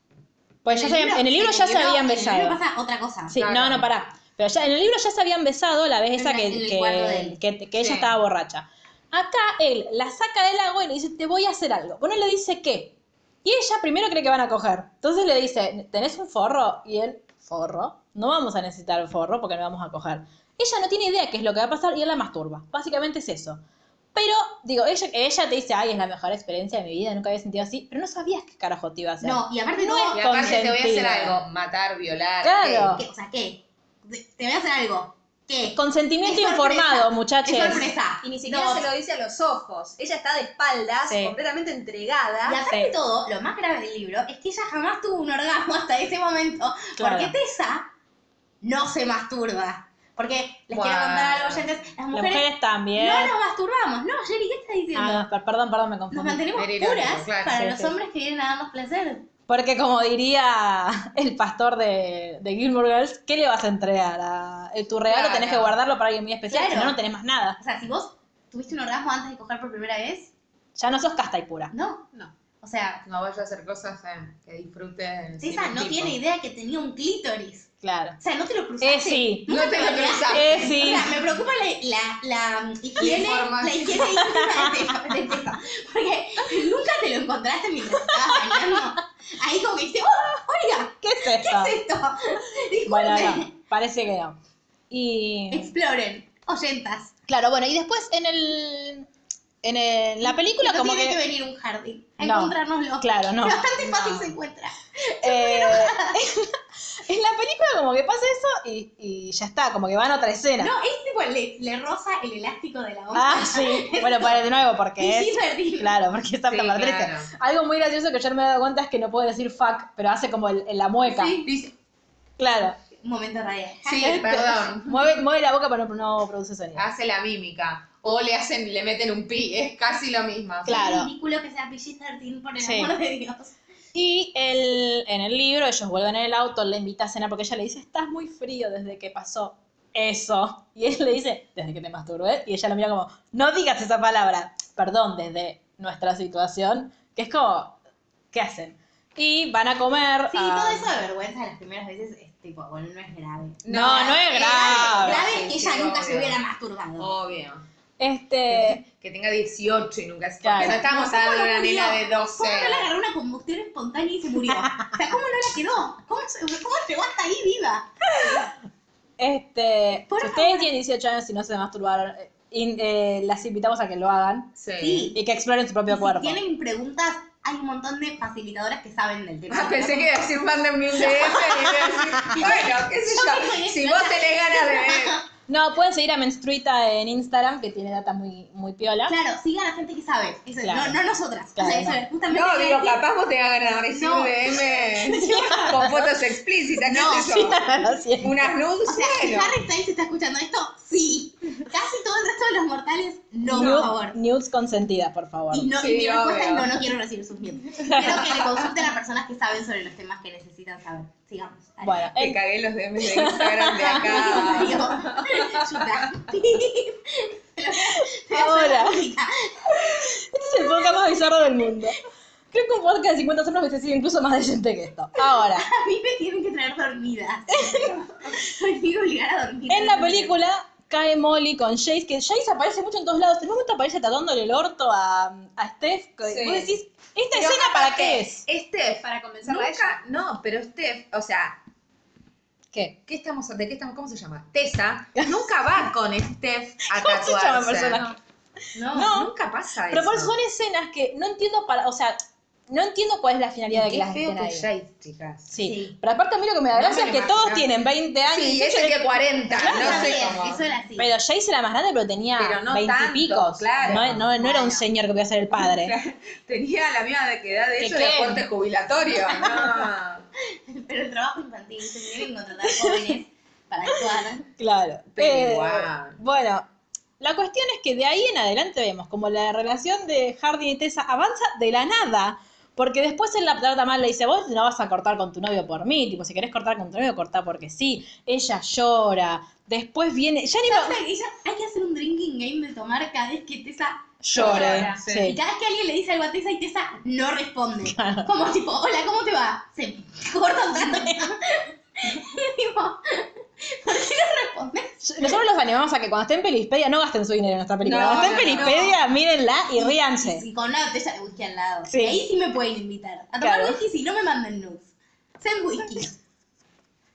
S1: Pues ya se habían- en el libro ya se habían
S2: En el
S1: besado.
S2: libro pasa otra cosa.
S1: Sí, no,
S3: Claro.
S1: no, pará. Pero ya en el libro ya se habían besado la vez
S2: En
S1: esa
S2: la-
S1: que,
S2: en el
S1: que-
S2: cuarto de él.
S1: que- que ella
S3: Sí.
S1: estaba borracha. Acá él la saca del agua y le dice, te voy a hacer algo. Bueno, él le dice qué. Y ella primero cree que van a coger. Entonces le dice, ¿tenés un forro? Y él, forro. No vamos a necesitar forro porque no vamos a coger. Ella no tiene idea qué es lo que va a pasar y él la masturba. Básicamente es eso. Pero, digo, ella, ella te dice, ay, es la mejor experiencia de mi vida, nunca había sentido así, pero no sabías qué carajo te iba a hacer.
S2: No, y aparte
S1: No
S2: no
S1: es-
S3: Y aparte te voy a hacer
S1: Consentido.
S3: algo, matar, violar.
S1: Claro.
S2: o sea, ¿qué? Te voy a hacer algo. ¿Qué?
S1: Consentimiento
S2: Es sorpresa.
S1: informado,
S2: Es
S1: muchachos.
S2: sorpresa.
S4: Y ni siquiera
S2: No,
S4: se lo dice a los ojos. Ella está de espaldas,
S1: Sí.
S4: completamente entregada.
S2: Y aparte
S1: Sí.
S2: de todo, lo más grave del libro es que ella jamás tuvo un orgasmo hasta ese momento,
S1: Claro.
S2: porque Tessa no se masturba. Porque les
S3: Bueno.
S2: quiero contar algo, oyentes, las
S1: Las
S2: mujeres,
S1: mujeres también.
S2: no nos masturbamos. No, Jerry, ¿qué estás diciendo?
S1: Ah, per- perdón, perdón, me
S2: nos
S1: confundí.
S2: mantenemos
S3: Very irónico,
S2: puras
S3: claro,
S2: para
S1: sí,
S2: los
S1: sí.
S2: hombres que vienen a darnos placer.
S1: Porque como diría *laughs* el pastor de, de Gilmore Girls, ¿qué le vas a entregar? A, eh, tu regalo
S3: Claro.
S1: tenés que guardarlo para alguien muy especial,
S2: Claro.
S1: si no, no tenés más nada.
S2: O sea, si vos tuviste un orgasmo antes de coger por primera vez,
S1: Ya no sos casta y pura.
S2: no.
S4: No.
S2: O sea,
S3: No vaya a hacer cosas eh, que disfruten.
S2: Tessa no tiene idea que tenía un clítoris.
S1: Claro.
S2: O sea, no te lo cruzaste.
S1: Eh, sí.
S2: Nunca
S3: No te lo
S2: bañaste.
S3: cruzaste.
S1: Eh, sí.
S2: O
S1: *laughs*
S2: sea, me preocupa la, la, la higiene,
S3: información.
S2: la higiene íntima de Tessa- de Tessa. Porque nunca te lo encontraste mientras estabas bañando. Ahí como que dice, oh, oiga,
S1: ¿Qué es esto?
S2: ¿qué es esto? Disculpe.
S1: Ah. bueno, no, parece que no. Y
S2: Exploren, oyentas.
S1: claro, bueno, y después en el en el- la película
S2: no
S1: como
S2: tiene
S1: que,
S2: que... venir un jardín a
S1: No.
S2: encontrárnoslo.
S1: claro, no.
S2: Bastante fácil se encuentra.
S1: Eh, *laughs* en la película como que pasa eso y, y ya está, como que van a otra escena.
S2: No, es tipo, le, le roza el elástico de la boca. *laughs*
S1: Ah, sí. Bueno, para de nuevo porque
S2: Y
S1: es
S2: *laughs* sí, perdí.
S1: Claro, porque es apta
S3: Sí,
S1: para triste.
S3: claro.
S1: Algo muy gracioso que yo me he dado cuenta es que no puedo decir fuck, pero hace como el, el- la mueca.
S2: Sí.
S3: Dice-
S1: Claro. Este,
S2: Un momento radial.
S3: Sí,
S1: *laughs*
S3: perdón.
S1: Mueve, mueve la boca, pero no, no produce sonido.
S2: Ah.
S3: Hace la mímica. O le hacen, le meten un pi. Es casi lo mismo.
S1: Claro.
S2: Es ridículo que sea PG-13, por el
S1: Sí. Ah.
S2: amor de Dios.
S1: Y el, en el libro, ellos vuelven en el auto, le invita a cenar porque ella le dice, estás muy frío desde que pasó eso. Y él le dice, desde que te masturbé. Y ella lo mira como, no digas esa palabra. Perdón, desde nuestra situación. Que es como, ¿qué hacen? Y van a comer.
S2: Sí,
S1: a-
S2: todo eso de vergüenza las primeras veces es Tipo, bueno, no es grave. Eh,
S1: No, no, es grave.
S2: grave es que
S3: sí,
S2: ella
S3: sí,
S2: nunca se
S3: obvio.
S2: hubiera masturbado.
S1: Oh,
S3: Obvio.
S1: Este,
S3: Que tenga 18 y nunca se...
S1: Claro.
S3: Porque no estamos
S2: No, ¿cómo
S3: hablando
S2: no
S3: de una nena
S2: murió?
S3: de 12.
S2: ¿Cómo no le agarró una combustión espontánea y se murió? O sea, ¿cómo no la quedó? ¿Cómo, se- cómo llegó hasta ahí viva?
S1: este,
S2: Por
S1: si ustedes tienen 18 años y no se masturbaron, eh, in- eh, las invitamos a que lo hagan
S2: Sí.
S1: y que exploren su propio
S2: Y si
S1: cuerpo.
S2: tienen preguntas, hay un montón de facilitadoras que saben del tema.
S3: Ah, pensé que iba a decir mándenme un DM y iba a *laughs* decir, bueno, qué sé yo, si vos tenés ganas de ver.
S1: No, pueden seguir a Menstruita en Instagram, que tiene data muy, muy piola.
S2: Claro, sigan a la gente que sabe. Eso es,
S1: Claro.
S2: no, no nosotras.
S1: Claro,
S2: o sea, eso
S1: no.
S2: es justamente.
S3: No,
S2: que-
S3: digo, capaz vos tengas ganas de recibir
S2: No.
S3: un *laughs* DM con fotos explícitas, qué
S2: No,
S3: sé yo.
S1: *laughs* Lo siento.
S3: Unas nudes,
S2: O sea, si
S3: bueno.
S2: Harry Styles está escuchando esto, sí. Casi todo el resto de los mortales, no,
S1: Nude-
S2: por favor.
S1: Nudes consentidas, por favor.
S2: Y, no,
S3: Sí,
S2: y mi respuesta
S3: obvio.
S2: es no, no quiero recibir sus miedos. Quiero que le consulten a personas que saben sobre los temas que necesitan saber. Sigamos. Dale.
S1: Bueno, este
S3: Te
S1: en-
S3: cagué en los DMs de Instagram de *laughs* acá.
S2: Digo, ayuda.
S1: ahora. Este es el podcast más bizarro del mundo. Creo que un podcast de 50 sombras hubiese sido incluso más decente que esto. Ahora,
S2: A mí me tienen que traer dormida. *laughs* Me tienen que obligar a dormir.
S1: en la película cae Molly con Jace, que Jace aparece mucho en todos lados. En un momento aparece tatándole el orto a, a Steph. que
S3: Sí.
S1: Vos decís, ¿esta
S3: Pero
S1: escena para
S3: aparte,
S1: qué es?
S3: Steph,
S4: Para convencerla a ella.
S3: nunca, no, pero Steph, o sea,
S1: ¿Qué?
S3: ¿qué estamos, ¿de qué estamos, cómo se llama? *laughs* Tessa, nunca va con Steph a
S1: ¿Cómo se llama el
S3: tatuarse.
S1: personaje?
S3: No,
S1: No.
S3: nunca pasa
S1: Pero
S3: eso.
S1: por eso son escenas que no entiendo para. O sea, no entiendo cuál es la finalidad de que
S3: Qué
S1: las
S3: feo
S1: estén
S3: que
S1: ahí.
S3: ya es, chicas.
S1: Sí.
S2: Sí.
S1: Pero aparte a mí lo que me da
S3: No
S1: gracia
S3: me
S1: es
S3: lo
S1: que todos
S3: imaginaba.
S1: tienen 20 años.
S3: Sí,
S1: y ellos
S3: ese que 40, no
S2: Claro,
S3: sé
S2: sí,
S3: cómo.
S2: Eso era así.
S1: Pero Jace era más grande, pero tenía
S3: Pero no
S1: 20 y
S3: tanto,
S1: picos.
S3: claro.
S1: no, no- no era un
S2: Claro.
S1: señor que podía ser el padre.
S3: Tenía la misma de que edad de
S1: ¿Que
S3: ellos
S1: qué?
S3: de aporte jubilatorio. No.
S1: *laughs*
S2: *laughs* Pero el trabajo infantil, se tienen que contratar jóvenes
S1: *laughs*
S2: para actuar.
S1: Claro. eh,
S3: Pero igual.
S1: Bueno, la cuestión es que de ahí en adelante vemos como la relación de Hardin y Tessa avanza de la nada. Porque después en la plata mal le dice, vos no vas a cortar con tu novio por mí. Tipo, si querés cortar con tu novio, cortá porque sí. Ella llora. Después viene... Ya ni
S2: O
S1: me-
S2: sea, que ya hay que hacer un drinking game de tomar cada vez que Tessa.
S1: Llora.
S3: Llora,
S1: Sí.
S2: Y cada vez que alguien le dice algo a Tessa y Tessa no responde. Como tipo, hola, ¿cómo te va? Se corta un rato. *laughs* Y tipo, ¿por qué no respondes?
S1: Nosotros los animamos a que cuando estén en Pelispedia no gasten su dinero en nuestra película.
S3: No,
S1: cuando estén en
S3: no, no.
S1: Pelispedia, mírenla y ríanse.
S2: Y con una botella de whisky al lado.
S1: Sí.
S2: Y ahí sí me pueden invitar. A tomar
S1: Claro.
S2: whisky si no me manden nudes. Send whisky.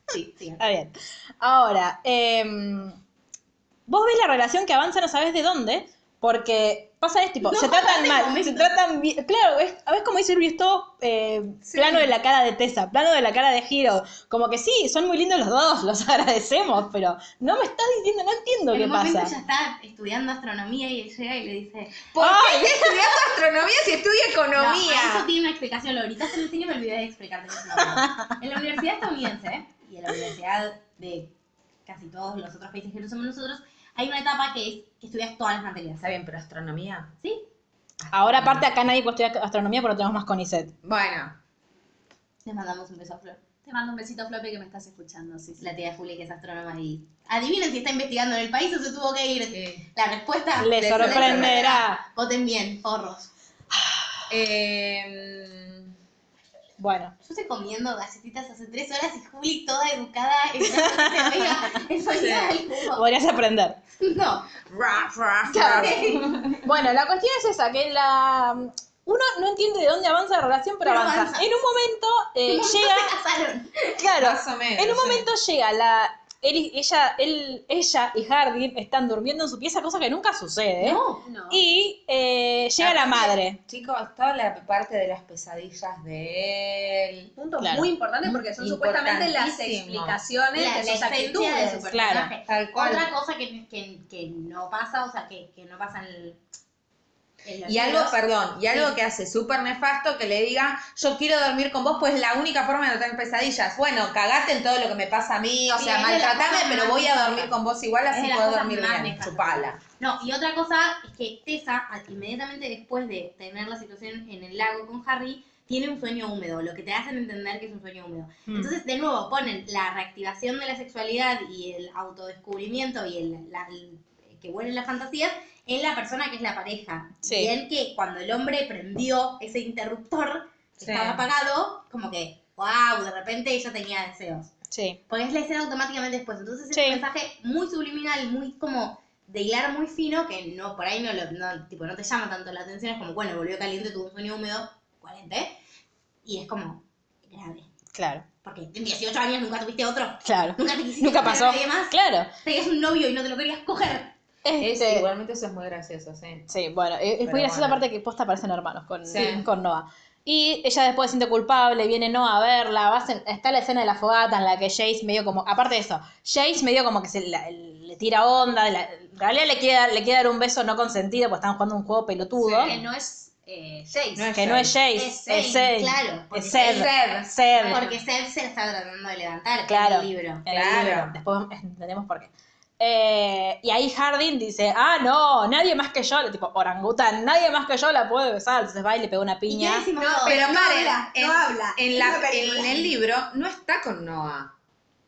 S2: Sí, sí.
S1: Está bien. Ahora, em, vos ves la relación que avanza, no sabes de dónde, porque pasa esto, tipo,
S2: No,
S1: se tratan
S2: no,
S1: mal,
S2: no, no.
S1: se tratan bien. Claro, es, a ver cómo dice Luis, todo eh, plano de la cara de Tessa, plano de la cara de Hiro. Como que sí, son muy lindos los dos, los *laughs* agradecemos, pero no me estás diciendo, no entiendo
S2: En
S1: qué
S2: un momento
S1: pasa.
S2: ella está estudiando astronomía y él llega y le dice,
S3: ¿Por
S1: Ay.
S3: qué estudias astronomía si estudia
S2: No, eso
S3: economía?
S2: tiene una explicación, lo ahorita se lo enseño y me olvidé de explicarte. En la universidad estadounidense y en la universidad de casi todos los otros países que no somos nosotros, hay una etapa que es que estudias todas las materias,
S3: Está bien, pero astronomía.
S2: ¿sí?
S1: Ahora, aparte, acá nadie puede estudiar astronomía, pero tenemos más Conicet.
S3: Bueno,
S2: Les mandamos un beso a Flor,
S4: Te mando un besito, Floppy, que me estás escuchando. Sí, sí.
S2: la tía de Juli que es astrónoma y adivinen si está investigando en el país o se tuvo que ir.
S4: Eh,
S3: Sí.
S2: La respuesta
S1: Les sorprenderá.
S2: Voten bien, porros.
S3: eh,
S1: Bueno.
S2: Yo estoy comiendo galletitas hace tres horas y Juli toda educada *laughs* está oiga,
S4: *laughs*
S2: el sonido del cubo.
S1: Podrías aprender.
S2: *laughs* No.
S3: rap, rap,
S1: Claro.
S3: rap.
S1: Bueno, la cuestión es esa, que la uno no entiende de dónde avanza la relación, pero,
S2: Pero
S1: avanza.
S2: avanza.
S1: En un momento eh,
S2: *laughs* No se
S1: llega,
S2: casaron.
S1: claro,
S3: Más o menos.
S1: en un
S3: sí.
S1: momento llega la él y- ella, él, ella y Hardin están durmiendo en su pieza, cosa que nunca
S3: ¿Eh?
S1: sucede.
S2: No.
S4: No.
S1: Y eh, llega la
S3: Aparte,
S1: madre.
S3: Chicos, toda la parte de las pesadillas de él.
S4: punto
S1: Claro.
S4: muy importante porque son supuestamente las
S3: Importantísimo.
S4: explicaciones
S2: La,
S4: de sus
S2: la esencia de
S4: actitudes.
S2: su
S1: Claro,
S2: personaje.
S3: tal cual.
S2: Otra cosa que, que, que no pasa, o sea, que, que no pasa en el... en los
S3: Y algo,
S2: libros.
S3: perdón, y algo
S2: Sí.
S3: que hace súper nefasto que le diga, yo quiero dormir con vos, pues es la única forma de no tener pesadillas. Bueno, cagate en todo lo que me pasa a mí, o
S2: Sí,
S3: sea,
S2: es de las
S3: maltratame,
S2: cosas
S3: pero
S2: más
S3: voy a
S2: nefastas.
S3: dormir con vos igual,
S2: Es
S3: así
S2: de las
S3: puedo
S2: cosas
S3: dormir
S2: más
S3: bien.
S2: nefastas.
S3: Chupala.
S2: No, y otra cosa es que Tessa, al- inmediatamente después de tener la situación en el lago con Harry, tiene un sueño húmedo, lo que te hacen entender que es un sueño húmedo. Entonces, de nuevo, ponen la reactivación de la sexualidad y el autodescubrimiento y el, la- el- que vuelven las fantasías en la persona que es la pareja.
S1: Sí.
S2: Y en que cuando el hombre prendió ese interruptor, que
S3: Sí.
S2: estaba apagado, como que, wow, de repente ella tenía deseos.
S1: Sí.
S2: Porque es la escena automáticamente después. Entonces es
S1: Sí.
S2: un mensaje muy subliminal, muy como de hilar muy fino, que no, por ahí no, lo- no, tipo, no te llama tanto la atención. Es como, bueno, volvió caliente, tuvo un sueño húmedo, 40. Y es como, grave.
S1: Claro,
S2: Porque en 18 años nunca tuviste otro.
S1: claro.
S2: Nunca te quisiste
S1: Nunca
S2: coger a
S1: pasó.
S2: nadie más.
S1: Claro.
S2: Tenías un novio y no te lo querías coger.
S3: Es-
S1: Este,
S3: igualmente eso es muy gracioso, sí.
S1: Sí, bueno, eh, es es
S3: Pero
S1: muy graciosa
S3: bueno.
S1: aparte que posta parecen hermanos con,
S3: Sí.
S1: con Noah. Y ella después se siente culpable, viene Noah a verla, va a sen- está la escena de la fogata en la que Jace medio como, aparte de eso, Jace medio como que se la- le tira onda, la- en realidad le quiere, dar, le quiere dar un beso no consentido porque están jugando un juego pelotudo,
S4: Que no es eh, Jace.
S3: No es-
S1: que no es Jace,
S2: Es
S1: es,
S2: Zane,
S1: Zane.
S2: claro, porque
S1: es Zed,
S3: Zed.
S1: Zed.
S2: Porque Seb se la está tratando de levantar
S1: Claro.
S2: en el libro.
S1: en el
S3: Claro.
S1: libro. Eh, Después entendemos por qué. Eh, y ahí Hardin dice, ah, no, nadie más que yo, tipo, orangután, nadie más que yo la puede besar. Entonces va y le pega una
S2: ¿Y
S1: piña.
S2: qué decimos
S3: No,
S2: todos?
S3: pero Karen, en-
S4: no habla.
S3: En,
S4: Es
S3: la,
S4: una película.
S3: en el libro no está con Noah.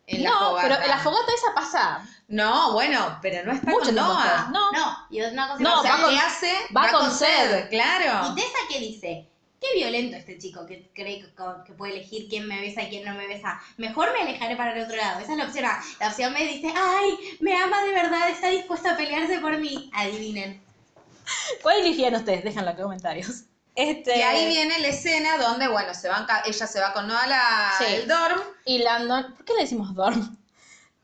S3: En la
S1: no,
S3: fogata.
S1: pero en la fogata esa pasa
S3: No, bueno, pero no está
S1: mucho
S3: con
S1: tiempo
S3: Noah.
S1: atrás. No,
S2: No, y otra cosa
S1: No,
S2: más,
S1: va con-
S3: ¿Qué hace?
S1: va con sed.
S3: claro.
S2: ¿Y Tessa qué dice? Qué violento este chico que cree que, que puede elegir quién me besa y quién no me besa. Mejor me alejaré para el otro lado. Esa es la opción A. La opción B dice, ay, me ama de verdad, está dispuesto a pelearse por mí. Adivinen.
S1: ¿cuál eligían ustedes? Déjenlo en los comentarios. Este,
S3: Y ahí viene la escena donde, bueno, se van, ca- ella se va con Noah a la-
S1: Sí.
S3: al dorm.
S1: Y Landon, ¿por qué le decimos Dorm? *laughs*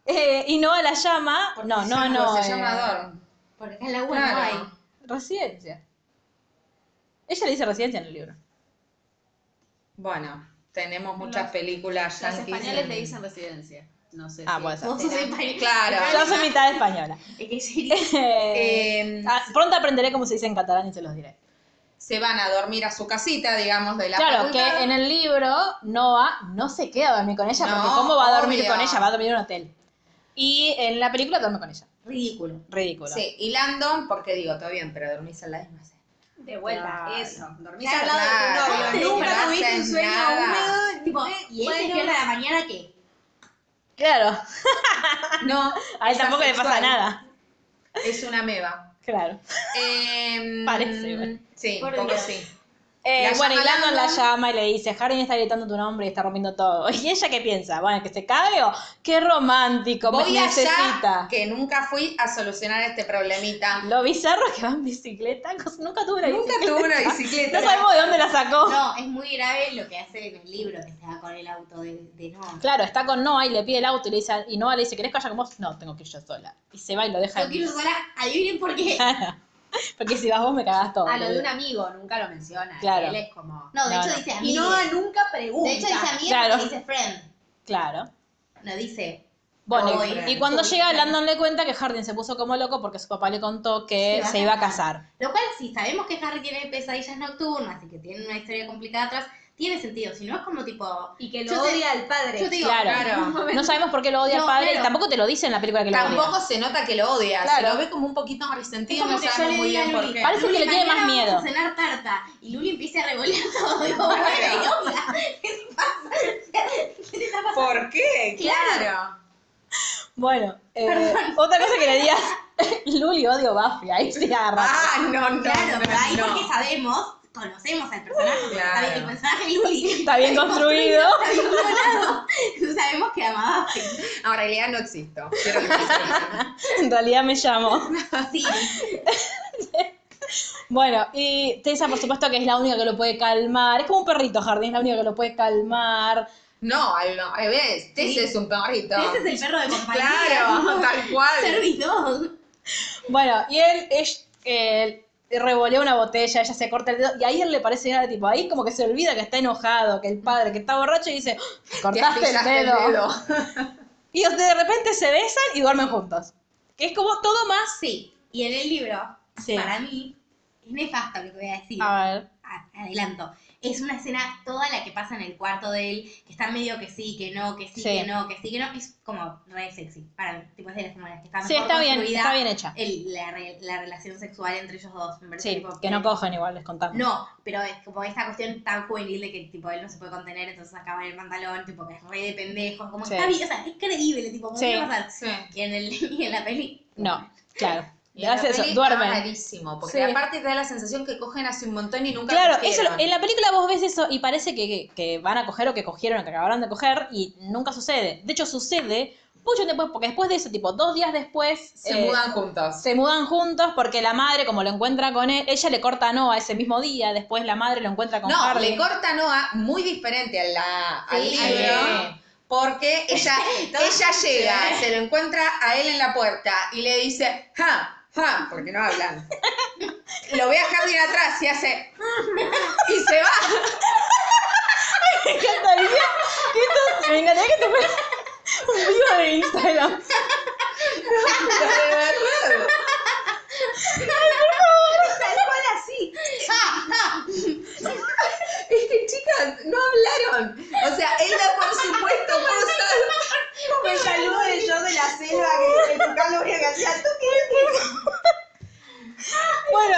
S1: Eh, y Noah la llama. No, no, no.
S3: Se
S1: eh,
S3: llama dorm.
S2: Porque acá en la U
S3: Claro.
S2: no hay.
S1: Residencia. Ella le dice residencia en el libro.
S3: Bueno, tenemos muchas películas
S4: Los
S3: yankees
S4: españoles
S3: en-
S4: le dicen residencia. No sé.
S1: Ah,
S4: si-
S1: puede ser.
S2: Vos sos español.
S4: *laughs*
S3: Claro.
S1: Yo soy mitad española. *laughs*
S2: Es que sería-
S1: Eh,
S3: Eh,
S1: ah, pronto aprenderé cómo se dice en catalán y se los diré.
S3: Se van a dormir a su casita, digamos, de la
S1: Claro, que
S3: facultad.
S1: en el libro Noah no se queda a dormir con ella porque
S3: No,
S1: ¿cómo va a dormir
S3: obvio.
S1: con ella? Va a dormir en un hotel. Y en la película duerme con ella.
S2: Ridículo.
S1: Ridículo.
S3: Sí, y Landon, porque digo, todo bien, pero dormís en la misma cena.
S4: De vuelta,
S1: Claro.
S4: eso. Dormís
S3: Claro,
S4: al lado
S3: claro.
S4: de tu novio.
S2: Aparte,
S4: Nunca
S2: no
S4: tuviste un
S3: hacen
S4: sueño
S3: nada.
S4: húmedo.
S2: Tipo,
S4: eh,
S2: ¿y él se
S4: bueno,
S2: despierta a la mañana qué?
S1: Claro,
S3: No,
S1: *laughs* a él
S3: es
S1: tampoco le pasa
S3: asexual,
S1: nada.
S3: Es una meba.
S1: Claro.
S3: Eh,
S1: Parece, bueno.
S3: Sí,
S2: Por
S3: un poco
S2: Dios.
S3: sí.
S1: Eh,
S3: La
S1: bueno, y
S3: llama
S1: Landon la
S3: Landon.
S1: llama y le dice, Harry está gritando tu nombre y está rompiendo todo. *laughs* ¿Y ella qué piensa? Bueno, que se cae o qué romántico, me
S3: Voy allá,
S1: necesita.
S3: que nunca fui a solucionar este problemita.
S1: Lo bizarro es que va en bicicleta, cos- nunca tuvo una
S3: Nunca
S1: bicicleta.
S3: tuve una bicicleta.
S1: *laughs* No sabemos de dónde la sacó.
S2: No, es muy grave lo que hace en el libro, que se va con el auto de, de Noah.
S1: Claro, está con Noah y le pide el auto y le dice, y Noah le dice, ¿querés que vaya con vos? No, tengo que ir yo sola. Y se va y lo deja.
S2: Yo
S1: en-
S2: quiero sola, adivinen por qué.
S1: Porque si vas vos me cagás todo.
S4: A lo de
S1: boludo.
S4: un amigo, nunca lo menciona.
S1: Claro.
S4: Él es como.
S2: No, de
S1: No,
S2: hecho
S1: no.
S2: dice
S4: Y
S2: amigo.
S4: no nunca pregunta.
S2: de hecho dice amigo
S1: Claro.
S2: dice friend.
S1: Claro.
S2: No dice.
S1: Bueno, y-
S2: Boyfriend.
S1: y cuando llega,
S2: Boyfriend.
S1: Landon le cuenta que Hardin se puso como loco porque su papá le contó que
S2: Se va a
S1: Eh, se iba a
S2: casar.
S1: casar.
S2: Lo cual, si sabemos que Harry tiene pesadillas nocturnas y que tiene una historia complicada atrás, tiene sentido. Si no, es como tipo.
S4: Y que lo
S2: Yo te-
S4: odia al padre.
S2: Yo te digo,
S1: Claro.
S3: claro.
S1: No sabemos por qué lo odia
S2: No,
S1: el padre,
S2: claro.
S1: tampoco te lo dice en la película que lo odia.
S3: Tampoco se nota que lo odia,
S1: Claro.
S3: se lo ve como un poquito
S2: Es
S3: resentido,
S2: como
S3: no
S2: que yo
S3: sabemos
S2: le
S3: muy
S2: diga a
S3: bien por
S2: Luli,
S3: qué.
S1: Parece que
S2: Luli,
S1: le tiene más
S2: mañana
S1: miedo.
S2: Vamos a cenar tarta. Y Luli empieza a revolear *laughs* todo. Digo,
S3: Claro.
S2: "Ay, hola, *laughs* ¿Qué te pasa? ¿Qué te está pasando?
S3: ¿Por qué? Claro.
S1: Bueno, eh, otra cosa que le digas, Luli odio Buffy, ahí se agarra.
S3: Ah, no, no.
S2: Claro,
S3: no,
S2: pero ahí
S3: no.
S2: porque sabemos, conocemos al personaje, porque
S3: Claro.
S2: está bien, el personaje Luli. *laughs*
S1: Está bien construido.
S2: Está bien clonado. Sabemos que amaba.
S3: No, en realidad no existo. Quiero que me sepan.
S1: en realidad me llamo.
S2: Sí,
S1: Bueno, y Tessa por supuesto que es la única que lo puede calmar. Es como un perrito, Jardín, es la única que lo puede calmar.
S3: no, al, al revés. Tess es un perrito.
S2: ese es el perro de compañía. *laughs*
S3: Claro, tal cual.
S2: Servidor.
S1: Bueno, y él, es- él revolea una botella, ella se corta el dedo, y ahí él le parece nada, tipo, ahí como que se olvida que está enojado, que el padre, que está borracho, y dice, "Ah,
S3: Te
S1: cortaste el
S3: astillaste
S1: dedo. Y de repente se besan y duermen juntos. Que es como todo más...
S2: Sí, y en el libro,
S1: Sí. Ah.
S2: para mí, es nefasto lo que voy a decir.
S1: A ver.
S2: A- adelanto. Es una escena toda la que pasa en el cuarto de él, que está medio que sí, que no, que sí,
S1: Sí.
S2: que no, que sí, que no. Es como re sexy. Para mí, tipo, es de las como las que está mejor
S1: Sí, está bien,
S2: construida
S1: está bien hecha.
S2: el- la, re- la relación sexual entre ellos dos. Me parece,
S1: Sí,
S2: tipo,
S1: que no cogen igual, les contamos.
S2: No, pero es como esta cuestión tan juvenil de que tipo él no se puede contener, entonces acaba en el pantalón, tipo que es re de pendejo, como
S1: Sí.
S2: está bien, o sea, es creíble, tipo, ¿cómo
S1: Sí.
S2: *laughs* puede pasar?
S3: Sí.
S2: Y en, el, y en la peli,
S1: No, claro.
S3: Y en la
S1: Gracias,
S3: peli
S1: duermen.
S3: está malísimo, porque
S1: Sí.
S3: aparte te da la sensación que cogen hace un montón y nunca
S1: Claro, eso,
S3: cogieron.
S1: en la película vos ves eso y parece que, que- que van a coger o que cogieron o que acabaron de coger y nunca sucede. De hecho, sucede mucho después, porque después de eso, tipo, dos días después...
S3: Se
S1: eh,
S3: mudan juntos.
S1: se mudan juntos porque la madre, como lo encuentra con él, ella le corta a Noah ese mismo día, después la madre lo encuentra con
S3: No,
S1: Harley.
S3: le corta a Noah muy diferente a la, al
S2: Sí,
S3: libro.
S1: sí.
S3: Porque ella, ella llega, se lo encuentra a él en la puerta y le dice, ja, ja, porque no hablan. Lo ve a Jardín atrás y hace, *laughs* y se va.
S1: Me encantaría que esto- me encantaría que te fuera un video de Instagram.
S4: Tal cual así.
S3: Es que chicas, no hablaron. O sea, él da por supuesto por
S4: Me saludo de yo de la selva que el Carlos que hacía tú
S1: Bueno,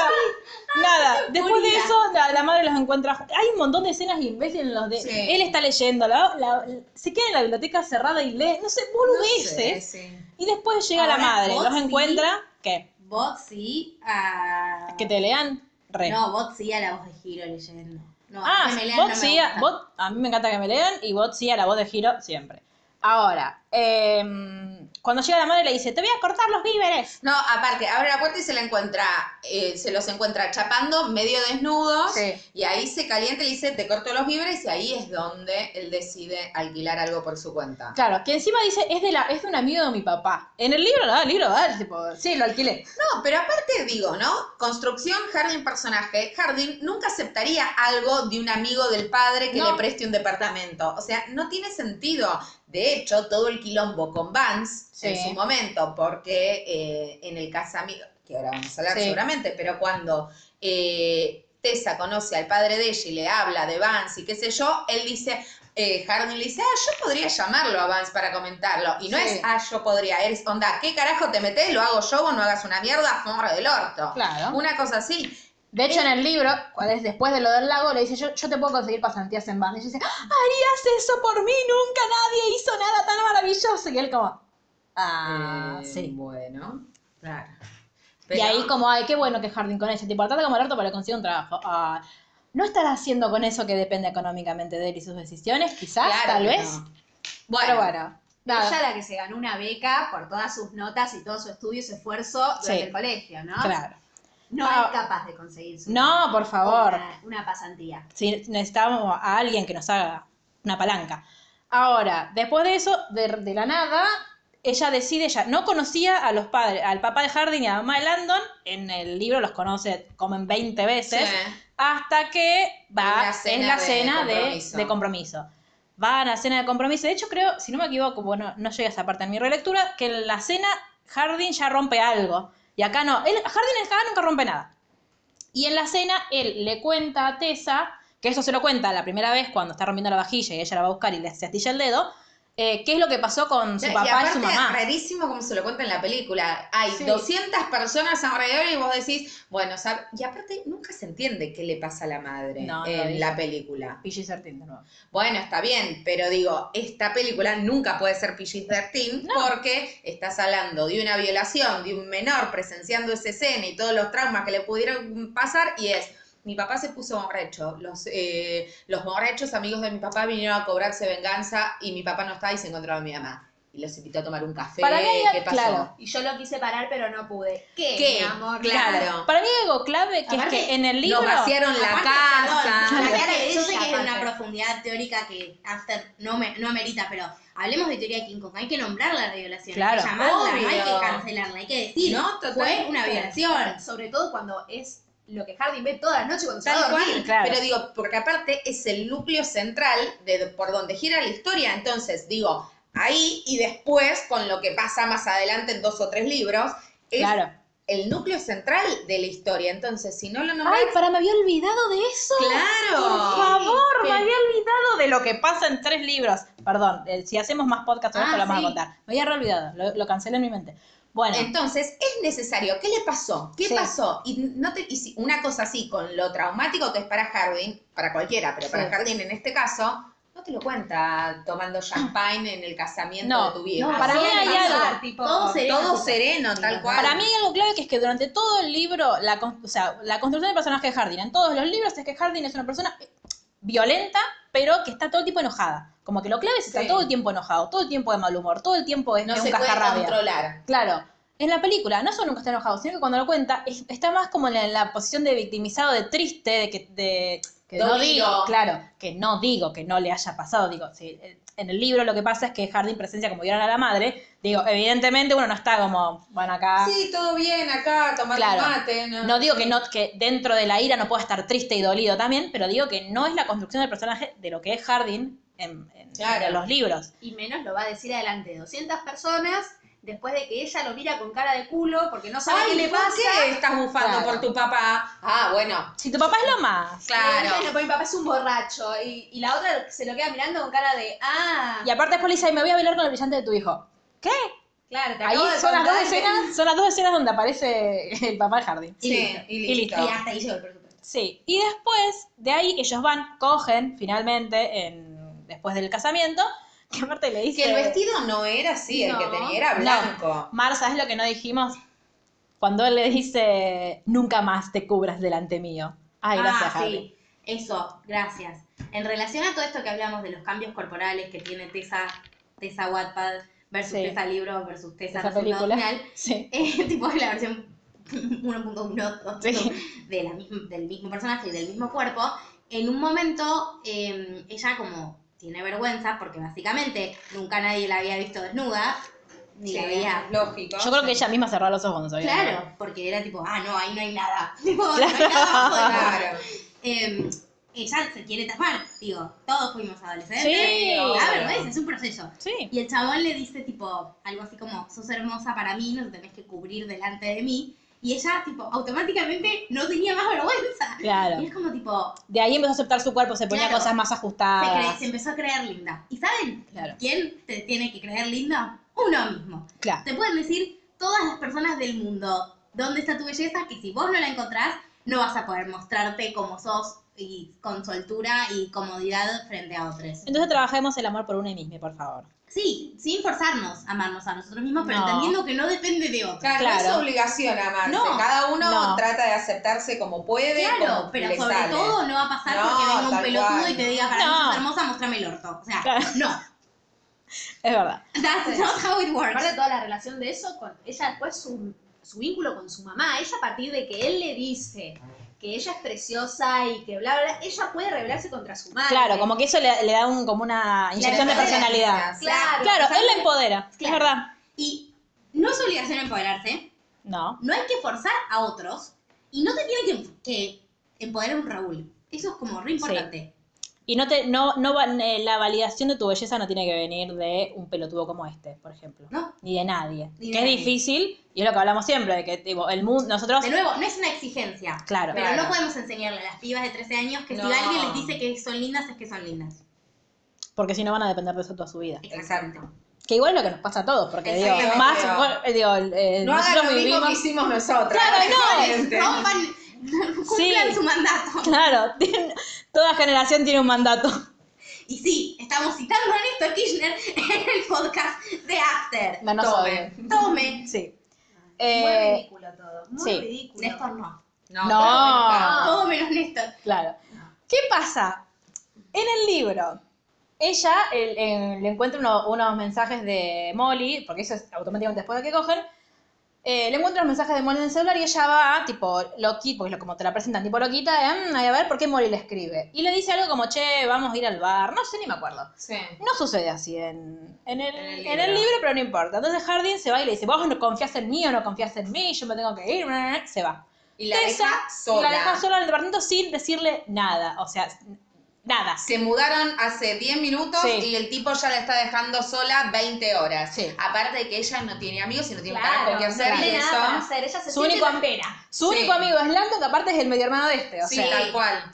S1: nada, después de
S4: Moría.
S1: eso la, la madre los encuentra. ju- Hay un montón de escenas imbéciles en los de.
S3: Sí.
S1: Él está leyendo, la- la- se queda en la biblioteca cerrada y lee, no sé, boludeces. ¿eh? Y después llega la
S2: Ahora,
S1: madre,
S2: vos
S1: los
S2: sí.
S1: encuentra, ¿qué?
S2: Bot sí a.
S1: Que te lean, re.
S2: No, Bot sí a la voz de Giro leyendo. No,
S1: Ah,
S2: que me lean
S1: bot
S2: no me
S1: sí, a,
S2: gusta.
S1: bot- a mí me encanta que me lean y bot sí a la voz de giro siempre. Ahora, em, cuando llega la madre le dice, te voy a cortar los víveres.
S3: No, aparte, abre la puerta y se la encuentra, eh, se los encuentra chapando, medio desnudos,
S1: Sí.
S3: y ahí se calienta y le dice, te corto los víveres, y ahí es donde él decide alquilar algo por su cuenta.
S1: Claro, que encima dice, es de, la, es de un amigo de mi papá. En el libro, no, el libro, da, tipo, sí, lo alquilé.
S3: No, pero aparte digo, ¿no? Construcción, Hardin personaje. Hardin nunca aceptaría algo de un amigo del padre que
S1: No.
S3: le preste un departamento. O sea, no tiene sentido. De hecho, todo el quilombo con Vance
S1: Sí.
S3: en su momento, porque eh, en el casamiento, que ahora vamos a hablar
S1: Sí.
S3: seguramente, pero cuando eh, Tessa conoce al padre de ella y le habla de Vance y qué sé yo, él dice... Eh, Hardin le dice, ah, yo podría llamarlo a Vance para comentarlo. Y no
S1: Sí.
S3: es, ah, yo podría, eres, onda, ¿qué carajo te metes? Lo hago yo, vos no hagas una mierda, forra del orto.
S1: Claro.
S3: Una cosa así.
S1: De hecho, en el libro, cuando es después de lo del lago, le dice, yo, yo te puedo conseguir pasantías en base. Y ella dice, harías eso por mí, nunca nadie hizo nada tan maravilloso. Y él como, ah,
S3: Eh,
S1: sí.
S3: Bueno, claro.
S1: Y
S3: Pero-
S1: ahí como, ay, qué bueno que Harding con ella, tipo, trata como el orto para conseguir un trabajo. Ah, no estará haciendo con eso que depende económicamente de él y sus decisiones, quizás,
S3: claro
S1: tal
S3: que
S1: vez.
S3: no.
S1: Pero
S3: Bueno,
S1: bueno, nada.
S4: Ella la que se ganó una beca por todas sus notas y todo su estudio y su esfuerzo durante
S1: Sí.
S4: el colegio, ¿no?
S1: Claro.
S4: No
S1: Ah.
S4: es capaz de conseguir su
S1: No, por favor.
S4: Una, una pasantía.
S1: Si necesitamos a alguien que nos haga una palanca. Ahora, después de eso, de, de la nada, ella decide, ella no conocía a los padres, al papá de Harding y a la mamá de Landon, en el libro los conoce como en 20
S3: sí.
S1: veces, hasta que va,
S3: Es la cena
S1: es la
S3: de
S1: cena de de compromiso.
S3: compromiso.
S1: Va a la cena de compromiso. De hecho, creo, si no me equivoco, bueno, no llega esa parte en mi relectura, que en la cena Hardin ya rompe algo. Y acá no. Él, Hardin acá nunca rompe nada. Y en la cena él le cuenta a Tessa, que eso se lo cuenta la primera vez cuando está rompiendo la vajilla y ella la va a buscar y le se astilla el dedo, eh, qué es lo que pasó con su
S3: Y
S1: papá y,
S3: aparte,
S1: su mamá.
S3: rarísimo como se lo cuenta en la película. Hay
S1: Sí.
S3: 200 personas alrededor y vos decís, bueno, ¿sabes? Y aparte, nunca se entiende qué le pasa a la madre
S1: No, no
S3: en
S1: dice.
S3: la película.
S1: PG-13 de nuevo.
S3: Bueno, está bien, pero digo, esta película nunca puede ser PG-13 porque estás hablando de una violación, de un menor presenciando esa escena y todos los traumas que le pudieron pasar y es, mi papá se puso borracho, los, eh, los borrachos amigos de mi papá vinieron a cobrarse venganza y mi papá no está y se encontró a mi mamá. Y los invitó a tomar un café,
S1: Para mí hay-
S3: ¿qué pasó?
S1: claro.
S4: Y yo lo quise parar, pero no pude. ¿Qué,
S3: ¿Qué?
S4: mi amor?
S3: Claro.
S1: Para mí hay algo clave que
S2: Aparte,
S1: es que en el libro...
S3: Nos vaciaron la
S2: Aparte,
S3: casa.
S2: perdón, la cara- yo sé
S4: Ella,
S2: que es una
S4: aparte.
S2: profundidad teórica que After no, me, no amerita, pero hablemos de teoría de King Kong. Hay que nombrar la violación, hay
S1: Claro,
S2: que llamarla, no hay
S3: obvio.
S2: que cancelarla, hay que decir,
S3: No,
S2: fue
S3: total.
S2: una violación.
S4: Sobre todo cuando es lo que Harding ve toda la noche cuando se va
S3: Tal
S4: a dormir.
S3: cual,
S1: claro.
S3: pero digo, porque aparte es el núcleo central de por donde gira la historia, entonces digo, ahí y después con lo que pasa más adelante en dos o tres libros, es
S1: Claro.
S3: el núcleo central de la historia, entonces si no lo nombras,
S1: Ay, para, me había olvidado de eso. Por
S3: claro,
S1: favor,
S2: Sí.
S1: me había olvidado de lo que pasa en tres libros. Perdón, eh, si hacemos más podcast sobre
S2: Ah,
S1: esto lo vamos
S2: sí.
S1: a contar. Me había reolvidado, lo, lo cancelé en mi mente. Bueno,
S3: entonces es necesario, ¿qué le pasó? ¿Qué
S1: Sí.
S3: pasó? Y no te y si- una cosa así con lo traumático que es para Hardin, para cualquiera, pero para
S1: Sí.
S3: Hardin en este caso, no te lo cuenta tomando champagne en el casamiento
S1: No,
S3: de tu viejo.
S1: no, para mí hay algo.
S3: Todo sereno, todo sereno, tal cual.
S1: Para mí hay algo clave que es que durante todo el libro, la, con- o sea, la construcción del personaje de Hardin, en todos los libros es que Hardin es una persona eh, violenta, pero que está todo el tiempo enojada. Como que lo clave es que
S3: Sí.
S1: está todo el tiempo enojado, todo el tiempo de mal humor, todo el tiempo es
S3: no
S1: es un
S3: se puede
S1: cascarrabia.
S3: controlar.
S1: Claro. En la película no solo nunca está enojado, sino que cuando lo cuenta es- está más como en la, en la posición de victimizado, de triste, de que, de- que no
S3: Dolido.
S1: digo, claro, que no digo que no le haya pasado. Digo, sí, eh, en el libro lo que pasa es que Hardin presencia como vieron a la madre. Digo, evidentemente uno no está como, bueno, acá.
S3: Sí, todo bien acá, tomar
S1: Ah. Claro.
S3: mate. No,
S1: No digo que no que dentro de la ira no pueda estar triste y dolido también, pero digo que no es la construcción del personaje de lo que es Hardin en, en-
S3: Claro.
S1: en los libros.
S4: Y menos lo va a decir adelante de 200 personas después de que ella lo mira con cara de culo porque no sabe
S3: Ay,
S4: qué le
S3: ¿por
S4: pasa.
S3: qué estás bufando
S1: Claro.
S3: por tu papá? Ah, bueno,
S1: Si tu papá es lo más.
S4: Y ella le
S3: claro.
S4: pone, mi papá es un borracho. Y, y la otra se lo queda mirando con cara de, ah,
S1: Y aparte es policía y me voy a velar con el brillante de tu hijo. ¿Qué?
S4: claro, te
S1: Ahí
S4: acabo de
S1: son las, dos
S4: contar que-
S1: escenas, son las dos escenas donde aparece el papá de Hardin.
S3: Sí, y listo.
S1: Y listo.
S2: Y hasta ahí llegó el presupuesto.
S1: Sí, y después, de ahí ellos van, cogen finalmente, en, después del casamiento, *laughs* que aparte le dice...
S3: Que el vestido no era así, el
S4: No.
S3: que tenía era
S1: No.
S3: blanco.
S1: Mar, ¿sabes lo que no dijimos? Cuando él le dice, nunca más te cubras delante mío. Ay, gracias,
S2: ah,
S1: Hardin.
S2: sí. Eso, gracias. En relación a todo esto que hablamos de los cambios corporales que tiene Tessa, Tessa Wattpad versus
S1: Sí.
S2: Tessa Libro versus Tessa
S1: Esa
S2: Resultado
S1: película.
S2: Final,
S1: Sí.
S2: eh, *laughs* tipo la versión 1.1
S1: Sí.
S2: de la misma- del mismo personaje y del mismo cuerpo, en un momento eh, ella como tiene vergüenza porque básicamente nunca nadie la había visto desnuda, ni
S3: Sí,
S2: la había...
S3: lógico.
S1: Yo creo que ella misma cerró los ojos cuando sabía.
S2: Claro, porque era tipo, ah, no, ahí no hay nada. *laughs* Tipo, no hay nada abajo
S1: *laughs*
S2: de la ropa.
S3: *laughs* Claro.
S2: Eh, ella se quiere tapar, digo, todos fuimos adolescentes.
S1: Sí.
S2: La vergüenza es un proceso.
S1: Sí.
S2: Y el chabón le dice tipo algo así como, sos hermosa para mí, no te tenés que cubrir delante de mí. Y ella tipo automáticamente no tenía más vergüenza.
S1: Claro.
S2: Y es como tipo,
S1: De ahí empezó a aceptar su cuerpo, se ponía
S2: Claro.
S1: cosas más
S2: se, cre-
S1: ajustadas.
S2: se empezó a creer linda. ¿Y saben
S1: Claro.
S2: quién te tiene que creer linda? Uno mismo.
S1: Claro.
S2: Te pueden decir todas las personas del mundo dónde está tu belleza, que si vos no la encontrás, no vas a poder mostrarte como sos y con soltura y comodidad frente a otros.
S1: Entonces trabajemos el amor por uno mismo, por favor.
S2: Sí, sin forzarnos a amarnos a nosotros mismos, pero
S1: No.
S2: entendiendo que no depende de otros.
S3: Claro, no es
S1: Claro.
S3: obligación amarse.
S1: No,
S3: Cada uno
S1: no.
S3: trata de aceptarse como puede.
S2: Claro,
S3: como
S2: pero
S3: le
S2: sobre
S3: sale.
S2: todo no va a pasar
S3: No,
S2: porque venga un
S3: tal
S2: pelotudo
S3: cual.
S2: y te diga, para mí
S1: No.
S2: sos hermosa, mostrame el orto. O sea,
S1: Claro.
S2: no.
S1: Es verdad.
S2: That's not how it
S4: Aparte
S2: works.
S4: toda la relación de eso con ella después su, su vínculo con su mamá, ella a partir de que él le dice que ella es preciosa y que bla bla, bla, ella puede rebelarse contra su madre.
S1: Claro, como que eso le, le da un, como una inyección de
S3: empodera,
S1: personalidad.
S3: quizás.
S4: Claro,
S1: Claro,
S4: quizás
S1: él la
S4: no-
S1: empodera, es
S2: Claro.
S1: verdad.
S2: Y no es obligación empoderarse,
S1: No,
S2: no hay que forzar a otros y no te tiene que, que empoderar un Raúl. Eso es como re importante.
S1: y no te, no, no va- eh, la validación de tu belleza no tiene que venir de un pelotudo como este, por ejemplo,
S2: No.
S1: ni de nadie.
S2: Ni de
S1: que
S2: nadie.
S1: es difícil y es lo que hablamos siempre, de que tipo, el mundo, nosotros,
S2: De nuevo, no es una exigencia.
S1: claro,
S2: Pero
S3: Claro.
S2: no podemos enseñarle a las pibas de 13 años que
S3: No.
S2: si alguien les dice que son lindas, es que son lindas.
S1: porque si no van a depender de eso toda su vida.
S3: Exacto.
S1: Que igual es lo que nos pasa a todos, porque digo,
S3: Exactamente.
S1: más, bueno, eh, digo, eh,
S3: No hagan
S1: nosotros
S3: lo mismo que
S1: vivimos,
S3: hicimos nosotras.
S1: Claro, no,
S3: Gente.
S2: Rompan, *laughs* cumplan su mandato.
S1: *laughs* claro, tienen- toda generación tiene un mandato. *laughs*
S2: Y sí, estamos citando a Néstor Kirchner en el podcast de After.
S1: No, no
S3: Tomen.
S1: soy.
S2: Tome.
S1: Sí.
S4: muy
S1: Eh,
S4: ridículo todo, muy
S1: sí.
S4: ridículo.
S2: Néstor no.
S3: No.
S1: No.
S3: claro,
S1: Ah.
S2: Todo menos Néstor.
S1: Claro. ¿Qué pasa? En el libro, ella el- en- le encuentra uno- unos mensajes de Molly, porque eso es automáticamente después de que cogen. eh, le encuentra unos mensajes de Molly en el celular y ella va, tipo, loquita, porque lo- como te la presentan, tipo loquita, de, "Mm, ay, a ver por qué Molly le escribe. Y le dice algo como, che, vamos a ir al bar, no sé, ni me acuerdo.
S3: Sí.
S1: No sucede así en, en el,
S3: En el
S1: en el
S3: libro.
S1: libro, pero no importa. Entonces Hardin se va y le dice, vos no confías en mí o no confías en mí, yo me tengo que ir, se va.
S3: Y la
S1: Tessa
S3: deja sola.
S1: La dejó sola en el departamento sin decirle nada. O sea, n- nada.
S3: Se mudaron hace 10 minutos
S1: Sí.
S3: y el tipo ya la está dejando sola 20 horas.
S1: Sí.
S3: Aparte de que ella no tiene amigos y no tiene
S4: Claro,
S3: carajo que hacer
S4: no
S3: y
S4: tiene
S3: eso.
S4: nada para hacer, ella se
S1: Su
S4: siente
S1: único-
S4: campera.
S1: Su
S3: Sí.
S1: único amigo es Lando, que aparte es el medio hermano de este. O
S3: sí,
S1: sea,
S3: tal cual.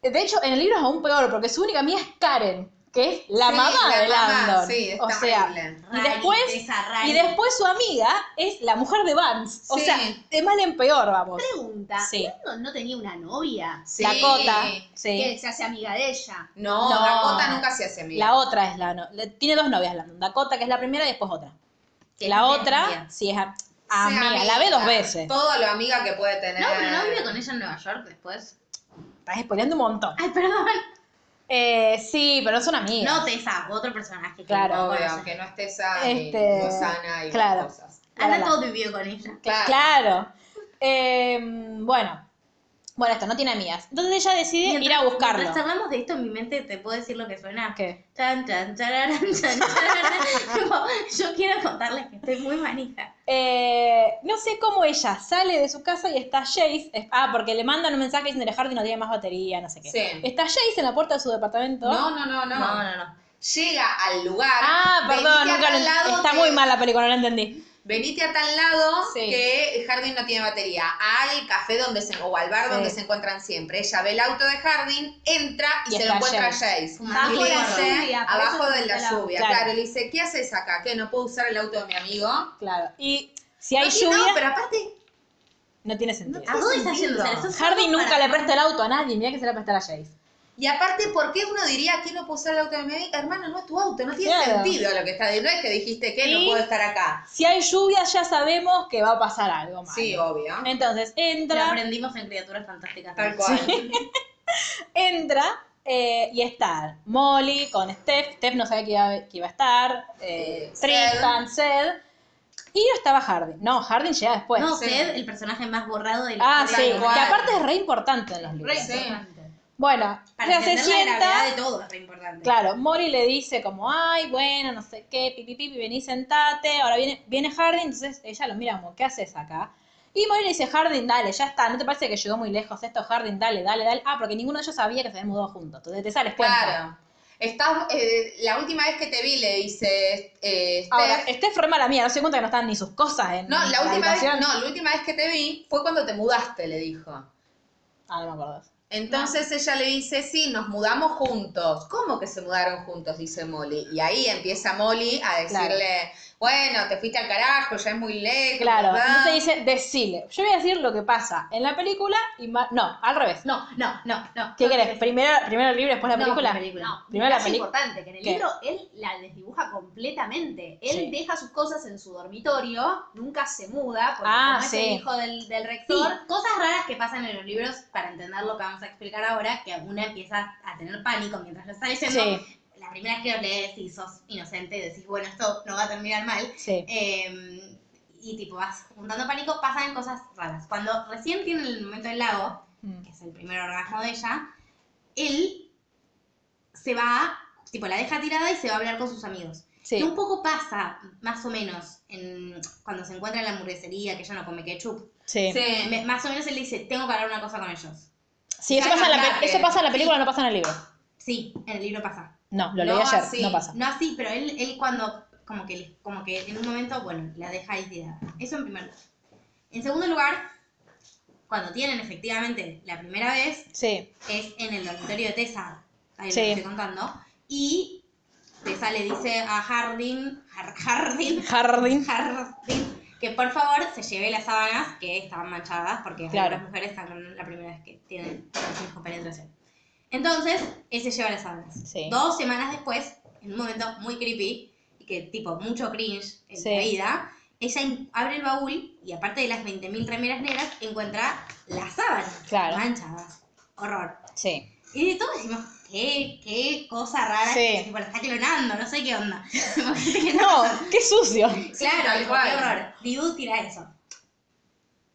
S1: de hecho, en el libro es aún peor, porque su única amiga es Karen. que es la
S3: Sí,
S1: mamá
S3: la
S1: de
S3: mamá,
S1: Landon.
S3: sí, está
S1: o sea,
S3: horrible.
S1: y después, y después su amiga es la mujer de Vance. O
S3: Sí.
S1: sea, de mal en peor, vamos.
S4: Pregunta,
S1: Sí.
S4: ¿Landon no tenía una novia
S3: Sí.
S1: Dakota,
S4: que
S1: sí.
S4: se hace amiga de ella?
S3: No,
S1: No.
S3: Dakota nunca se hace amiga.
S1: La otra es la no- le- tiene dos novias Landon. Dakota, que es la primera, y después otra. La otra, sí es a-
S3: Sí,
S1: amiga. La ve dos veces.
S3: Todo lo amiga que puede tener.
S2: No, pero no vive con ella en Nueva York después.
S1: Estás spoileando un montón.
S2: Ay, perdón.
S1: Eh, sí, pero son amigas.
S2: No, Tessa, otro personaje. que
S1: Claro,
S2: no
S3: Obvio,
S2: conoces.
S3: que no esté sana y
S1: Este,
S3: no sana y
S1: claro.
S3: las cosas.
S2: Ana todo vivió con ella.
S3: Claro.
S1: Claro. Eh, bueno. Bueno, esto, no tiene amigas. Entonces ella decide ir a buscarlo. Ah,
S2: Mientras hablamos de esto, en mi mente te puedo decir lo que suena.
S1: ¿Qué?
S2: Chan, chan, chararan,
S3: *laughs*
S2: chan, chararan. Tipo, yo quiero contarles que estoy muy manija.
S1: Eh, no sé cómo ella sale de su casa y está Jace. es- ah, porque le mandan un mensaje diciendo Hardy no tiene más batería, no sé qué.
S3: Sí.
S1: Está Jace en la puerta de su departamento.
S3: No, no, no, no.
S2: No, no, no.
S3: Llega al lugar.
S1: Ah, perdón,
S3: venite
S1: nunca
S3: a
S1: lo
S3: tal
S1: ent-
S3: lado
S1: está
S3: que-
S1: muy mal la película, no la entendí.
S3: Venite a tal lado
S1: Sí.
S3: que Harding no tiene batería. Al café donde se, o al bar
S1: Sí.
S3: donde se encuentran siempre. Ella ve el auto de Harding, entra y,
S1: Y
S3: se lo
S1: está
S3: encuentra a
S1: Jace.
S3: Jace.
S2: Fumando
S3: Y le
S2: porro.
S3: dice,
S4: lluvia, por
S3: abajo
S4: eso
S3: de la
S4: está la-
S3: lluvia.
S1: Claro.
S3: Claro. le dice, ¿qué haces acá? ¿Qué? ¿No puedo usar el auto de mi amigo?
S1: Claro. Y si hay
S3: no, sí,
S1: lluvia,
S3: no, pero aparte,
S1: no tiene sentido.
S2: ¿A dónde está
S3: sentido.
S2: yendo? O sea, esto es
S1: Hardy
S2: solo
S1: nunca
S2: para-
S1: le presta el auto a nadie, mira que se la prestará a Jace.
S3: y aparte, ¿por qué uno diría que no puedo usar el auto de mi amigo? Hermano, no es tu auto, no tiene
S1: Claro.
S3: sentido lo que está diciendo. No es que dijiste que
S1: Y-
S3: no puedo estar acá.
S1: Si hay lluvia, ya sabemos que va a pasar algo malo.
S3: Sí, obvio.
S1: Entonces
S2: Lo
S1: entra,
S2: aprendimos en Criaturas Fantásticas.
S3: Tal cual.
S1: entra eh, y está Molly con Steph. Steph no sabía que iba, que iba a estar. Eh,
S3: Eh, Sed.
S1: Tristan, Sed. Y no estaba Hardin. No, Hardin llega después.
S2: No,
S3: Sí.
S2: Sed, el personaje más borrado de la
S1: ah, sí.
S2: historia.
S1: Que
S3: cual.
S1: aparte es re importante en los libros.
S4: Re
S3: Sí.
S4: importante.
S1: Bueno,
S2: Para
S1: ella se
S2: entender la
S1: sienta.
S2: gravedad de todo es re importante.
S1: Claro, Molly le dice como, ay, bueno, no sé qué, pipi, pipi, vení, sentate. Ahora viene, viene Hardin, entonces ella lo mira como, ¿qué haces acá? Y Molly le dice, Hardin, dale, ya está, ¿no te parece que llegó muy lejos esto, Hardin? Dale, dale, dale. Ah, porque ninguno de ellos sabía que se habían mudado juntos, entonces te sales cuenta.
S3: Claro. Estás, eh, la última vez que te vi le dice eh, Steph-
S1: Ahora, Steph fue mala mía, no se cuenta que no estaban ni sus cosas en
S3: no, la última vez,
S1: habitación.
S3: no, la última vez que te vi fue cuando te mudaste, le dijo.
S1: Ah, no me acuerdo. Ah.
S3: Entonces ella le dice, sí, nos mudamos juntos. ¿Cómo que se mudaron juntos? Dice Molly. Y ahí empieza Molly a decirle, bueno, te fuiste al carajo, ya es muy lejos.
S1: Claro,
S3: ¿verdad?
S1: entonces dice, decile. Yo voy a decir lo que pasa en la película y... ma- No, al revés.
S2: No, no, no, no.
S1: ¿Qué querés? ¿Primero, primero el libro, después la
S2: No,
S1: película?
S2: la película.
S4: No,
S1: Primero la
S4: es
S1: película.
S4: importante que en el
S1: ¿Qué?
S4: libro él la desdibuja completamente. Él
S1: Sí.
S4: deja sus cosas en su dormitorio, nunca se muda, porque
S1: Ah,
S4: como
S1: sí.
S4: es el hijo del, del
S2: Sí,
S4: rector,
S2: cosas raras que pasan en los libros para entender lo que vamos a explicar ahora, que una empieza a tener pánico mientras lo está leyendo.
S1: Sí.
S2: La primera vez que lo lees y sos inocente y decís, bueno, esto no va a terminar mal.
S1: Sí.
S2: Eh, y tipo, vas juntando pánico, pasan cosas raras. Cuando recién tiene el momento del lago,
S1: Mm.
S2: que es el primer orgasmo de ella, él se va, tipo, la deja tirada y se va a hablar con sus amigos.
S1: Sí.
S2: Que un poco pasa, más o menos, en, cuando se encuentra en la hamburguesería, que ella no come ketchup.
S1: Sí.
S3: Sí.
S2: Me- más o menos él le dice, tengo que hablar una cosa con ellos.
S1: Sí, eso
S3: Ya
S1: pasa, en la,
S3: hablaste.
S1: pe- eso pasa en la película, no pasa en el libro.
S2: Sí, en el libro pasa.
S1: No, lo
S3: No,
S1: leí ayer,
S3: así.
S1: no pasa.
S2: No así, pero él, él cuando, como que, como que en un momento, bueno, la deja ahí tirada. Eso en primer lugar. En segundo lugar, cuando tienen efectivamente la primera vez,
S1: Sí,
S2: es en el dormitorio de Tessa, ahí
S1: Sí.
S2: lo estoy contando, y Tessa le dice a Hardin, Har- Hardin,
S1: Jardín.
S2: Hardin, que por favor se lleve las sábanas que estaban manchadas, porque
S1: Claro.
S2: algunas mujeres están con la primera vez que tienen relaciones con penetración. Entonces, él se lleva las sábanas.
S1: Sí.
S2: Dos semanas después, en un momento muy creepy, y que tipo mucho cringe en
S1: Sí.
S2: la vida, ella in- abre el baúl y aparte de las 20.000 remeras negras, encuentra las sábanas
S1: Claro.
S2: manchadas. Horror.
S1: Sí.
S2: Y de todo decimos, qué, qué cosa rara,
S1: Sí.
S2: que tipo, la está clonando, no sé qué onda. Como gente que
S1: No,
S2: pasa.
S1: qué sucio.
S2: Claro,
S3: tal
S2: tipo,
S3: cual.
S2: qué horror. Dibu tira eso.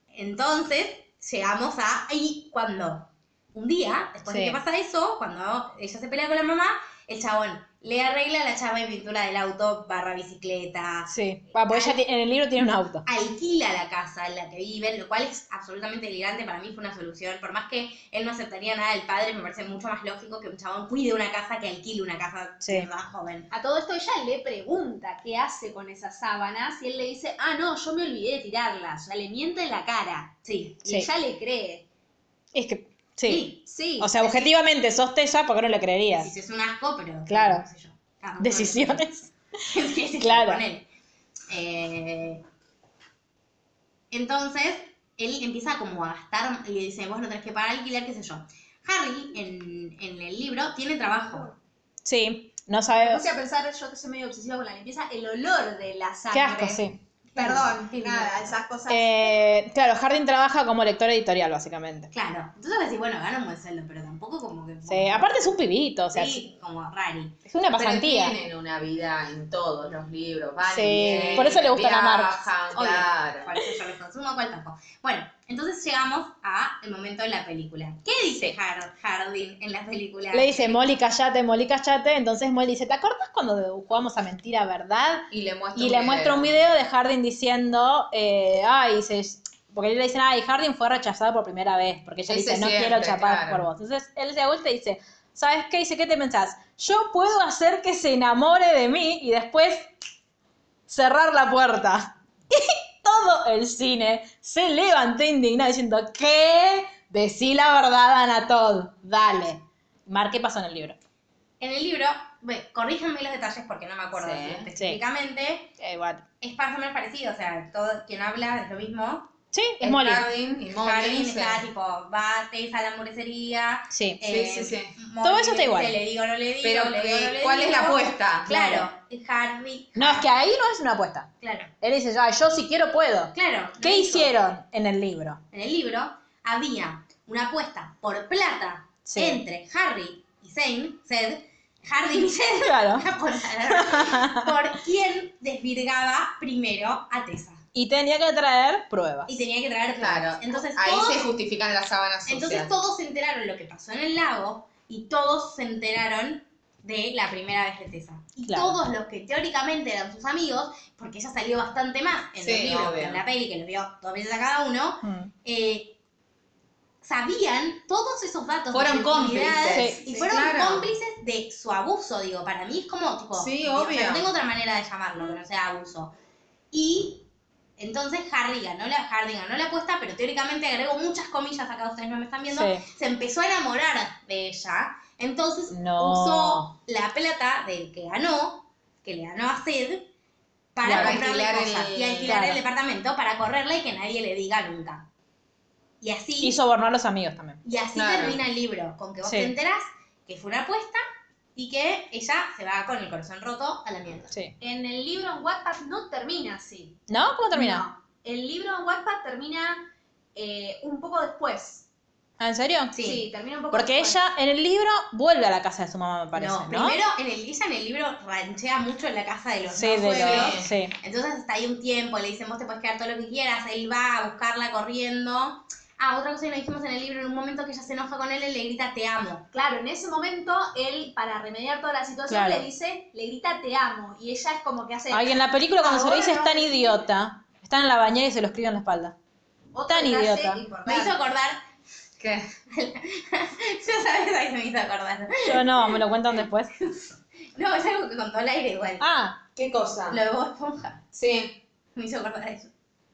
S2: Entonces, llegamos a ahí cuando un día, después de
S1: Sí.
S2: que pasa eso, cuando ella se pelea con la mamá, el chabón le arregla la chava y pintura del auto barra bicicleta.
S1: Sí. Ah, porque ella ti- en el libro tiene un auto.
S2: Alquila la casa en la que viven, lo cual es absolutamente delirante. Para mí fue una solución. Por más que él no aceptaría nada del padre, me parece mucho más lógico que un chabón cuide una casa que alquile una casa
S1: Sí.
S2: de más joven.
S4: a todo esto ella le pregunta qué hace con esas sábanas y él le dice, ah, no, yo me olvidé de tirarlas. O sea, le miente en la cara.
S2: Sí.
S4: Y
S1: Sí.
S4: ella le cree.
S1: Es que Sí.
S4: sí.
S1: O sea, objetivamente sos Tessa porque no le creerías.
S2: Si es un asco, pero.
S1: Claro.
S2: qué sé yo. Cada uno-
S1: Decisiones.
S2: *laughs* Sí, sí,
S1: Claro.
S2: ponele. Eh, entonces, él empieza como a gastar y le dice, vos no tenés que pagar alquiler, qué sé yo. Harry, en, en el libro, tiene trabajo.
S1: Sí, no
S4: Me
S1: sabe.
S4: puse a pensar, yo que soy medio obsesiva con la limpieza, el olor de la
S1: Qué
S4: sangre.
S1: asco, sí.
S4: Perdón,
S2: Sí,
S4: nada,
S2: no.
S4: esas cosas.
S1: Eh, claro, Hardin trabaja como lector editorial, básicamente.
S2: Claro. Entonces decís, bueno, gana un buen sueldo, pero tampoco como que...
S1: Sí, aparte es un pibito, o sea,
S2: Sí, como rari.
S1: es una
S3: Pero
S1: pasantía.
S3: tienen una vida en todos los libros, van
S1: Sí,
S3: y vienen,
S1: por eso le gustan a Marx.
S3: viajan,
S2: Obvio,
S3: claro.
S2: por eso yo los consumo, cual tampoco. Bueno, entonces llegamos a el momento de la película. ¿Qué dice Har- Hardin en la película?
S1: Le dice, Molly, callate, Molly, callate. Entonces Molly dice, ¿te acordás cuando jugamos a mentira, verdad?
S3: Y le muestra
S1: Y le muestra un video de Hardin diciendo, eh, ay, se- porque le dicen, ay, Hardin fue rechazado por primera vez, porque ella
S3: Él
S1: dice,
S3: se
S1: no
S3: siente,
S1: quiero chapar
S3: claro.
S1: por vos. Entonces él se vuelve y dice, ¿sabes qué? Dice, ¿qué te pensás? Yo puedo hacer que se enamore de mí y después cerrar la puerta. *laughs* Y todo el cine se levantó indignado diciendo, ¿qué? Decí la verdad, Ana Todd, dale. Mar, ¿qué pasó en el libro?
S2: En el libro, ve, corríjanme los detalles porque no me acuerdo
S1: Sí,
S2: así
S1: sí.
S2: específicamente.
S1: Eh, what?
S2: Es más o menos parecido, o sea, todo quien habla es lo mismo.
S1: Sí, es
S3: Es
S1: Molly.
S3: Harding y Molly,
S2: Hardin
S3: sí.
S2: está tipo, va, te a la hamburguesería.
S1: Sí.
S3: Sí, sí, sí.
S2: Molly
S1: Todo eso está
S2: dice,
S1: igual.
S2: Le digo, no le digo,
S3: Pero,
S2: le digo,
S3: eh,
S2: no le
S3: ¿cuál es la
S2: digo.
S3: apuesta?
S2: Claro, Hardy.
S1: No, es que ahí no es una apuesta.
S2: Claro,
S1: Él dice, ay, yo si quiero puedo.
S2: claro.
S1: ¿Qué
S2: lo dijo.
S1: hicieron en el libro?
S2: en el libro, había una apuesta por plata
S1: Sí.
S2: entre Harry y Zane, Zed, Hardy y Zed,
S1: Claro.
S2: por, por quién desvirgaba primero a Tessa.
S1: Y tenía que traer pruebas.
S2: Y tenía que traer pruebas.
S3: Claro.
S2: Entonces,
S3: Ahí
S2: todos,
S3: se justifican las sábanas sucias.
S2: entonces todos se enteraron lo que pasó en el lago y todos se enteraron de la primera vez de Tessa. Y
S1: Claro.
S2: todos los que teóricamente eran sus amigos, porque ella salió bastante más en
S3: Sí,
S2: el libro que
S3: obvio.
S2: en la peli, que lo vio dos veces a cada uno,
S1: Mm.
S2: eh, sabían todos esos datos. de
S3: Fueron
S2: intimidad
S3: cómplices.
S2: Y
S3: Sí,
S2: fueron
S3: claro.
S2: cómplices de su abuso, digo. Para mí es como, tipo,
S3: Sí,
S2: digo, o sea,
S3: obvio.
S2: no tengo otra manera de llamarlo que no sea abuso. Y entonces Hardy ganó la, Hardy ganó la apuesta, pero teóricamente agregó muchas comillas acá, ustedes no me están viendo.
S1: Sí.
S2: Se empezó a enamorar de ella. Entonces
S1: No.
S2: usó la plata del que ganó, que le ganó a Sid, para
S3: Claro,
S2: comprarle
S3: alquilar
S2: cosas
S3: el-
S2: y alquilar
S1: claro.
S2: el departamento para correrla y que nadie le diga nunca. Y así,
S1: Y sobornó a los amigos también.
S2: y así
S3: Claro.
S2: termina el libro, con que vos
S1: Sí.
S2: te enterás que fue una apuesta y que ella se va con el corazón roto a la mierda.
S1: Sí.
S4: En el libro en Wattpad no termina así.
S1: ¿No? ¿Cómo terminó?
S4: No. El libro en Wattpad termina eh, un poco después.
S1: ¿Ah, ¿En serio?
S2: Sí.
S4: Sí. termina un poco
S1: Porque
S4: después.
S1: ella en el libro vuelve a la casa de su mamá, me parece, ¿no?
S2: no, primero en el, ella en el libro ranchea mucho en la casa de los
S1: sí,
S2: no
S1: de
S2: suegros.
S1: los- sí.
S2: Entonces está ahí un tiempo, le dicen, vos te puedes quedar todo lo que quieras, él va a buscarla corriendo. Ah, otra cosa que no dijimos en el libro, en un momento que ella se enoja con él, él le grita, te amo.
S4: Claro, en ese momento él, para remediar toda la situación,
S1: Claro.
S4: le dice, le grita te amo. Y ella es como que hace.
S1: Ay, en la película cuando se lo
S4: Ahora
S1: dice es
S4: no
S1: tan
S4: decime.
S1: idiota. Está en la bañera y se lo escribe en la espalda.
S4: otro
S1: tan
S4: detalle
S1: idiota.
S2: Me
S4: importante.
S2: hizo acordar,
S3: ¿Qué?
S2: *laughs* ya sabes a qué me hizo acordar.
S1: Yo no, me lo cuentan después.
S2: No, es algo que contó al aire igual.
S1: Ah,
S3: ¿Qué cosa?
S2: Lo de Bob Esponja.
S3: Sí.
S2: Me hizo acordar eso.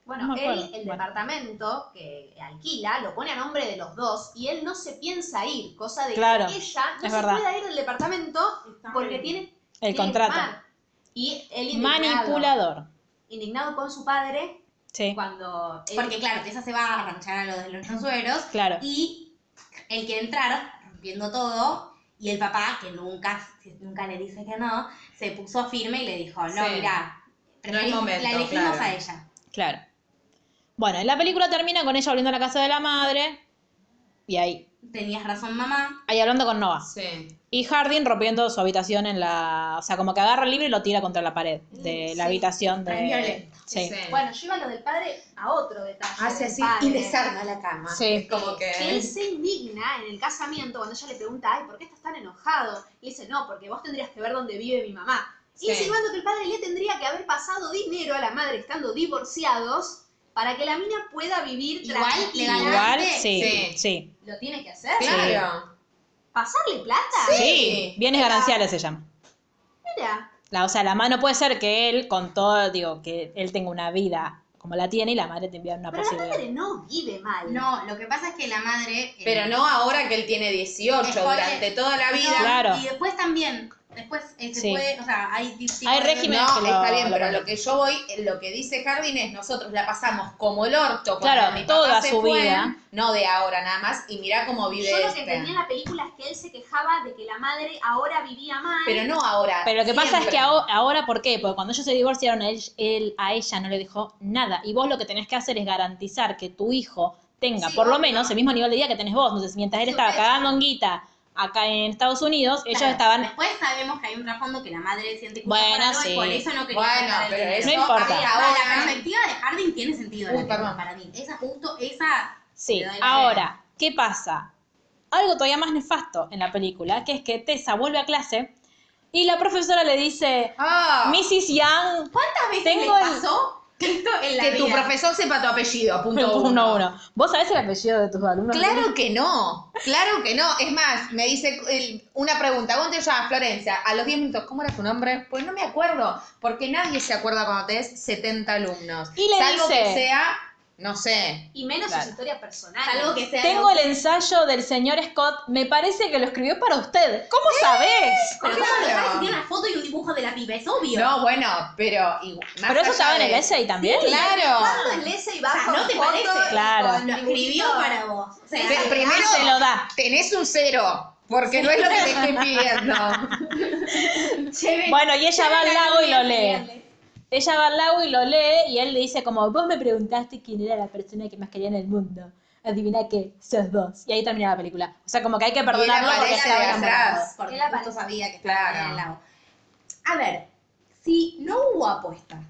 S4: Bueno,
S1: No me acuerdo.
S4: él, el
S1: Bueno.
S4: departamento que alquila, lo pone a nombre de los dos y él no se piensa ir, cosa de
S1: Claro,
S4: que ella no
S1: es
S4: se
S1: verdad.
S4: pueda ir del departamento porque tiene,
S1: el
S4: tiene que
S1: contrato.
S4: firmar. Y él indignado,
S1: Manipulador.
S4: indignado con su padre
S1: Sí,
S4: cuando él-
S2: Porque claro, Tessa se va a arranchar a los de los no suegros
S1: claro.
S2: y él quiere entrar rompiendo todo y el papá, que nunca, nunca le dice que no, se puso firme y le dijo, no,
S3: Sí.
S2: mira,
S3: No es momento,
S2: la elegimos
S3: claro.
S2: a ella.
S1: Claro. Bueno, la película termina con ella volviendo a la casa de la madre y ahí,
S2: Tenías razón, mamá.
S1: ahí hablando con Noah.
S3: Sí.
S1: Y Hardin rompiendo su habitación en la... O sea, como que agarra el libro y lo tira contra la pared de
S4: Mm,
S1: la
S4: sí.
S1: habitación de...
S2: Re violento.
S1: Sí.
S3: Sí.
S4: bueno, lleva lo del padre a otro detalle.
S3: Hace
S4: del
S3: así
S4: padre.
S3: y desarma la cama.
S1: Sí.
S3: Es como que...
S4: Que Él se indigna en el casamiento cuando ella le pregunta, ay, ¿por qué estás tan enojado? Le dice, no, porque vos tendrías que ver dónde vive mi mamá.
S3: Sí.
S4: Insinuando que el padre le tendría que haber pasado dinero a la madre estando divorciados para que la mina pueda vivir
S2: Igual,
S4: tranquila.
S2: legalmente.
S1: Igual, sí, sí.
S3: Sí.
S4: ¿Lo tiene que hacer?
S3: Claro.
S4: ¿Pasarle plata?
S1: Sí.
S3: Sí.
S1: Bienes gananciales se llama.
S4: Mira.
S1: La, o sea, la mano puede ser que él, con todo, digo, que él tenga una vida como la tiene y la madre te envía una
S4: Pero la
S1: posibilidad.
S4: madre no vive mal.
S2: No, lo que pasa es que la madre. eh,
S3: Pero no ahora que él tiene 18,
S2: Spoiler.
S3: durante toda la vida.
S2: no,
S1: Claro.
S2: Y después también. Después eh, se
S1: Sí.
S2: puede. O sea, hay. tipos
S1: Hay
S2: de-
S1: régimen-
S3: No,
S1: que lo-
S3: está bien,
S1: lo
S3: pero
S1: cambie.
S3: lo que yo voy, lo que dice Hardin es nosotros la pasamos como el orto cuando
S1: Claro,
S3: mi papá
S1: toda
S3: se
S1: su
S3: fue,
S1: vida.
S3: no de ahora nada más, y mirá cómo vive
S4: Yo lo que
S3: este.
S4: entendí en la película es que él se quejaba de que la madre ahora vivía mal.
S3: Pero no ahora.
S1: Pero lo que pasa es
S3: siempre.
S1: que aho- ahora, ¿por qué? Porque cuando ellos se divorciaron, él, él a ella no le dejó nada. Y vos lo que tenés que hacer es garantizar que tu hijo tenga
S2: Sí,
S1: por lo
S2: obvio.
S1: menos el mismo nivel de vida que tenés vos. Entonces, mientras él estaba
S2: Súper.
S1: cagando en guita acá en Estados Unidos, ellos
S2: Claro,
S1: estaban...
S2: Después sabemos que hay un trasfondo que la madre siente culpa
S1: Bueno,
S2: por algo
S1: sí.
S2: y por eso no quería
S3: Bueno,
S2: sacar el
S3: pero
S2: dinero.
S3: eso
S1: No importa.
S3: hasta
S2: Ahora, la
S3: ahora.
S2: perspectiva de Harding tiene sentido la
S3: Uy, perdón.
S2: película para mí. Esa justo, esa
S1: Sí,
S2: le doy la
S1: ahora, ¿qué pasa? Algo todavía más nefasto en la película, que es que Tessa vuelve a clase y la profesora le dice,
S3: Ah,
S1: Mrs. Young,
S2: ¿Cuántas veces
S1: Tengo
S2: le
S1: el-
S2: pasó esto en la
S3: que tu
S2: vida?
S3: profesor sepa tu apellido, punto
S1: *laughs* punto *laughs* uno,
S3: uno.
S1: uno. ¿Vos sabés el apellido de tus alumnos?
S3: Claro que no, claro que no. Es más, me dice el- una pregunta, ¿cómo te llamas Florencia? A los 10 minutos, ¿cómo era tu nombre? Pues no me acuerdo, porque nadie se acuerda cuando tenés 70 alumnos.
S1: Y le
S3: Salvo
S1: dice-
S3: que sea, no sé.
S4: Y menos
S1: Claro.
S4: su historia personal.
S2: Algo que sea.
S1: Tengo el ensayo del señor Scott, me parece que lo escribió para usted. ¿Cómo sabés?
S2: Pero
S3: Claro.
S2: ¿cómo lo sabes si tiene una foto y un dibujo de la piba? Es obvio.
S3: No, bueno, pero... igual- más
S1: Pero eso
S3: allá
S1: estaba en
S3: de-
S1: el essay también.
S3: Claro.
S4: Cuando el ese y
S2: O sea,
S4: baja
S2: ¿no te
S4: un foto
S2: parece?
S4: y
S1: Claro.
S4: con
S2: Lo escribió
S4: dibujito.
S2: para vos. O sea,
S3: Pero
S2: *laughs*
S3: primero
S1: Se lo da.
S3: tenés un cero, porque no es lo que te estoy
S1: *laughs*
S3: pidiendo. Eh,
S2: chévere.
S1: Bueno, y ella va al lago y lo lee.
S2: Genial.
S1: Ella va al lago y lo lee y él le dice como, vos me preguntaste quién era la persona que más quería en el mundo. Adivina qué, sos vos. Y ahí termina la película. O sea, como que hay que perdonarlo porque
S3: aparece
S1: se
S3: de
S1: había
S3: atrás.
S1: enamorado.
S2: Porque
S4: Él aparece.
S2: justo sabía que estaba
S3: Claro.
S2: en el lago. A ver, si no hubo apuesta,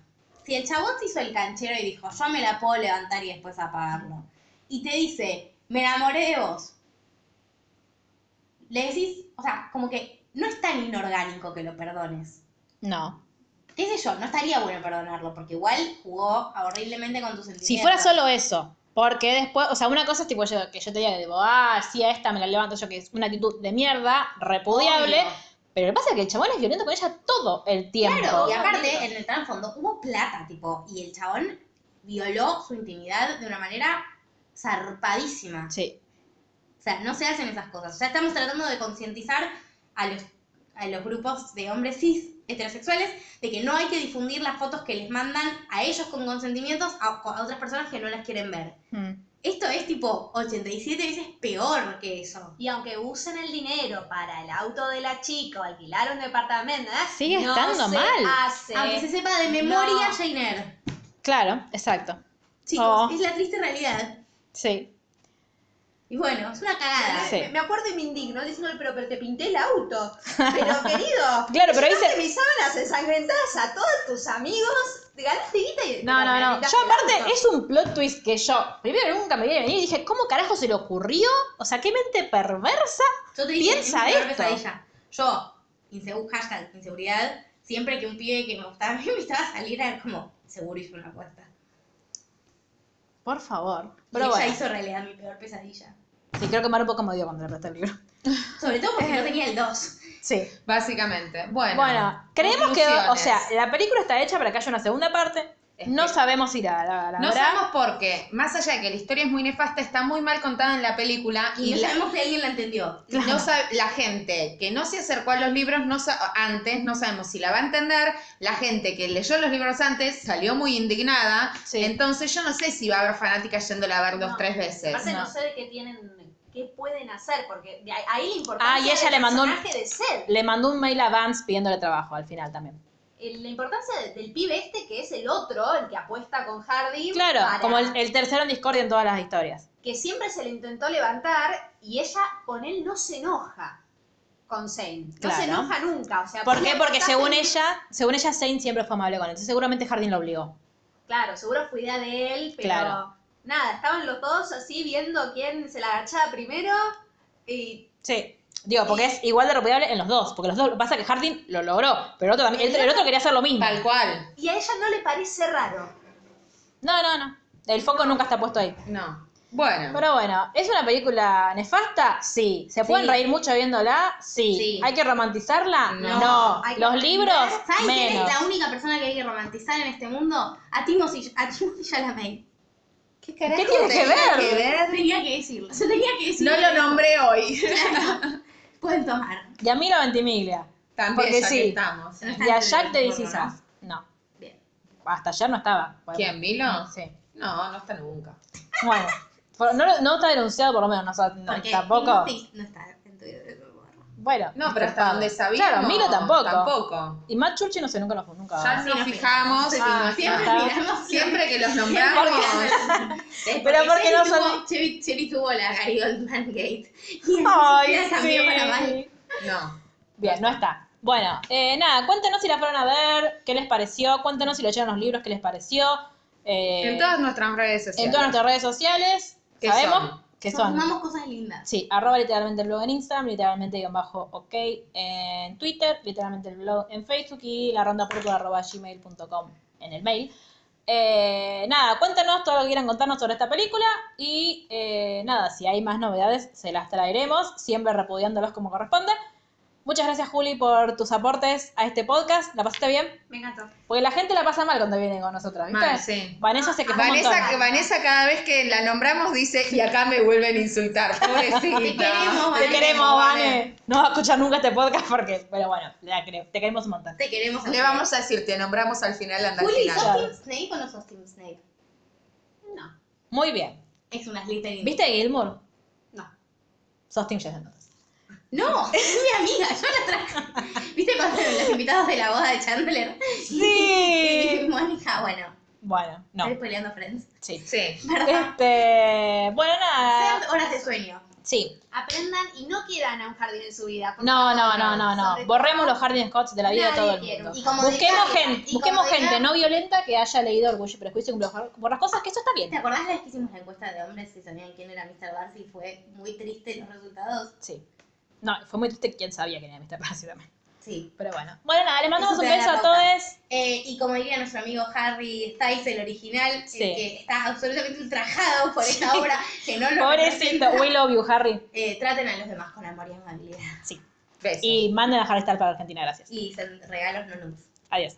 S2: si el chabón se hizo el canchero y dijo, yo me la puedo levantar y después apagarlo, y te dice, me enamoré de vos, le decís, o sea, como que no es tan inorgánico que lo perdones.
S1: No.
S2: ¿Qué sé yo? No estaría bueno perdonarlo, porque igual jugó horriblemente con tus sentimientos.
S1: Si fuera solo eso, porque después, o sea, una cosa es tipo yo- que yo te diga, tipo, ah, sí, a esta me la levanto yo, que es una actitud de mierda, repudiable.
S2: Obvio.
S1: Pero lo que pasa es que el chabón es violento con ella todo el tiempo.
S2: Claro, y aparte, en el trasfondo hubo plata, tipo, y el chabón violó su intimidad de una manera zarpadísima.
S1: Sí.
S2: O sea, no se hacen esas cosas. O sea, estamos tratando de concientizar a los, a los grupos de hombres cis heterosexuales de que no hay que difundir las fotos que les mandan a ellos con consentimientos a, a otras personas que no las quieren ver. Esto es tipo 87 veces peor que eso.
S4: Y aunque usen el dinero para el auto de la chica o alquilar un departamento, ¿eh?
S1: Sigue
S4: no
S1: estando
S4: se
S1: mal.
S4: hace.
S2: Aunque se sepa de memoria,
S4: No.
S2: Jainer.
S1: Claro, exacto.
S2: Chicos,
S1: Oh.
S2: es la triste realidad.
S1: Sí.
S2: Y bueno, es una cagada. ¿eh?
S1: Sí.
S4: Me acuerdo y me indigno diciendo, pero, pero te pinté
S1: *laughs*
S4: el auto. Pero querido,
S1: Claro, pero
S4: llevaste
S1: dice-
S4: *laughs* mis sábanas ensangrentadas a todos tus amigos, te ganaste guita y
S1: No, no, no. Yo aparte es un plot twist que yo primero nunca me vi venir y dije, ¿cómo carajo se le ocurrió? O sea, qué mente perversa.
S2: Yo te
S1: Piensa
S2: es mi peor
S1: esto.
S2: pesadilla. Yo, insegu- hashtag inseguridad, siempre que un pibe que me gustaba *laughs* a mí me gustaba salir, era como, seguro hizo una apuesta.
S1: Por favor.
S2: y
S1: Pero
S2: ella
S1: bueno,
S2: hizo realidad mi peor pesadilla.
S1: sí, creo que Maru un poco me odió cuando le presté el libro.
S2: Sobre todo porque no tenía el 2.
S1: Sí.
S3: Básicamente. Bueno,
S1: Bueno, creemos que, o
S3: conclusiones.
S1: sea, la película está hecha para que haya una segunda parte. No sabemos si la, la, la
S3: No
S1: habrá.
S3: sabemos por qué. Más allá de que la historia es muy nefasta, está muy mal contada en la película.
S2: Y
S3: Y,
S2: no
S3: la,
S2: sabemos si alguien la entendió.
S3: no sabe- la gente que no se acercó a los libros no sa- antes, no sabemos si la va a entender. La gente que leyó los libros antes salió muy indignada.
S1: Sí.
S3: Entonces yo no sé si va a haber fanáticas yéndola a ver dos,
S4: No.
S3: tres veces.
S4: Aparte no.
S1: no.
S4: sé de qué tienen, qué pueden hacer, porque de ahí- ahí la importancia
S1: Ah, y ella
S4: del
S1: le mandó un-
S4: personaje de Seth.
S1: Le mandó un mail a Vance pidiéndole trabajo al final también.
S4: el- la importancia de- del pibe este que es el otro, el que apuesta con Hardy,
S1: Claro,
S4: para-
S1: como el, el tercero en discordia en todas las historias.
S4: que siempre se le intentó levantar y ella con él no se enoja con Zane, no
S1: Claro.
S4: se enoja nunca, o sea,
S1: ¿Por
S4: vos
S1: qué?
S4: le
S1: Porque
S4: apostaste-
S1: según ella, según ella, Zane siempre fue amable con él. Entonces seguramente Jardín lo obligó.
S4: claro, seguro fue idea de él, pero
S1: Claro.
S4: nada, estaban los dos así viendo quién se la agachaba primero y
S1: Sí. Digo, porque es igual de repudiable en los dos. Porque los dos, lo que pasa es que Hardin lo logró, pero el otro también, el, el otro quería hacer lo mismo.
S3: Tal cual.
S4: y a ella no le parece raro.
S1: No, no, no. El foco nunca está puesto ahí.
S3: No. Bueno,
S1: Pero bueno, ¿es una película nefasta? Sí. ¿Se pueden
S2: Sí.
S1: reír mucho viéndola? Sí.
S2: Sí.
S1: ¿Hay que romantizarla?
S3: No.
S1: No.
S4: hay que
S1: ¿Los
S4: romantizar.
S1: libros?
S2: ¿Sabes quién es
S1: Menos.
S2: la única persona que hay que romantizar en este mundo? A Timothy, a Timothy Chalamet.
S3: ¿qué, carajo
S1: ¿Qué tiene que
S3: tenía
S1: ver?
S2: Tenía que decirlo. Se tenía que decirlo.
S3: No lo nombré hoy. *laughs*
S2: Pueden tomar.
S1: Y a mí la Ventimiglia.
S3: También
S1: Porque
S3: ya
S1: sí.
S3: que estamos.
S1: Y a Jack *laughs* de DC Sass. No.
S2: Bien.
S1: Hasta ayer no estaba. Bueno,
S3: ¿Quién, Milo?
S1: Sí.
S3: No, no está nunca.
S1: Bueno. Por- No, lo- no está denunciado por lo menos, no, o sea, no,
S2: Porque
S1: tampoco.
S2: Timothy no está en Twitter.
S1: Bueno.
S3: No, pero hasta
S1: zarpado.
S3: donde sabíamos.
S1: Claro, Milo tampoco. Ah.
S3: Tampoco.
S1: Y Matt Churchi no sé, nunca lo fue. Nunca.
S3: Ya nos fijamos. y
S1: Ah,
S3: nos
S2: Siempre
S3: fijamos.
S2: miramos.
S3: Siempre que los nombramos.
S1: Pero porque
S2: Chevy
S1: no
S2: tuvo-
S1: son-
S2: Chevy, Chevy tuvo la Gary Oldman Gate. Y
S1: Ay,
S2: la cambió para mal.
S1: sí.
S3: No.
S1: Bien, no está. Bueno, eh, nada, cuéntenos si la fueron a ver, qué les pareció, cuéntenos si leyeron los libros, qué les pareció. eh,
S3: En todas nuestras redes sociales.
S1: en todas nuestras redes sociales,
S3: ¿Qué
S1: sabemos
S3: son?
S1: que
S2: Nos
S1: son.
S2: sumamos cosas lindas.
S1: Sí, arroba literalmente el blog en Instagram, literalmente guión bajo ok en Twitter, literalmente el blog en Facebook y la ronda púrpura arroba gmail.com en el mail. Eh, nada, cuéntenos todo lo que quieran contarnos sobre esta película y eh, nada, si hay más novedades se las traeremos, siempre repudiándolos como corresponde. Muchas gracias Juli por tus aportes a este podcast, ¿la pasaste bien?
S4: Me encantó.
S1: Porque la gente la pasa mal cuando viene con nosotras, ¿viste?
S3: Mal, sí.
S1: Vanessa se quejó un montón.
S3: Vanessa, que Vanessa cada vez que la nombramos dice, y acá me vuelven a insultar, pobrecita.
S2: Te queremos,
S1: Te queremos, Vane. No va a escuchar nunca este podcast porque, pero bueno, la creo. Te queremos un montón.
S2: Te queremos.
S3: Le vamos a decir, te nombramos al final, anda al
S2: Juli,
S3: final.
S2: ¿sos Team Snape o no sos Team Snape?
S4: No.
S1: Muy bien.
S2: Es una Slytherin.
S1: ¿Viste Gilmour?
S2: No.
S1: Sos Team Jess entonces.
S2: No, es mi amiga, yo la traje. *laughs* ¿Viste cuando eran los invitados de la boda de Chandler? Y
S1: Sí.
S2: Mónica, bueno,
S1: Bueno, no.
S2: estoy spoileando Friends.
S1: Sí.
S3: Sí.
S2: ¿Verdad?
S1: Este. Bueno, nada.
S2: Sean horas de sueño.
S1: Sí.
S4: Aprendan y no quieran a un jardín en su vida. por
S1: No, no,
S4: favor.
S1: no, no,
S4: Sobre
S1: no.
S4: todo-
S1: Borremos los Harding Scots de la vida de
S4: Nadie
S1: todo el
S4: quiere.
S1: mundo.
S2: Y como
S1: Busquemos
S2: decía-
S1: gente,
S2: y como
S1: busquemos
S2: decía-
S1: gente no violenta que haya leído Orgullo y Prejuicio y Cumple Borrascosas, que eso está
S2: ¿Te
S1: bien.
S2: acordás la vez que hicimos la encuesta de hombres si sabían quién era Mr. Darcy? Fue muy triste los resultados.
S1: Sí. No, fue muy triste quién sabía quién era Mr. Darcy también.
S2: Sí.
S1: Pero bueno. Bueno, nada, les mandamos
S2: Eso
S1: un
S2: te da
S1: beso
S2: la
S1: a
S2: pauta.
S1: todos.
S2: Eh, y como diría nuestro amigo Harry Styles, el original,
S1: Sí.
S2: el que está absolutamente ultrajado por esta obra, que no lo
S1: Pobrecito,
S2: representa,
S1: we love you, Harry.
S2: eh, traten a los demás con amor y amabilidad.
S1: Sí.
S3: Besos.
S1: Y manden a Harry Styles para Argentina, gracias.
S2: Y se- regalos no nudes.
S1: Adiós.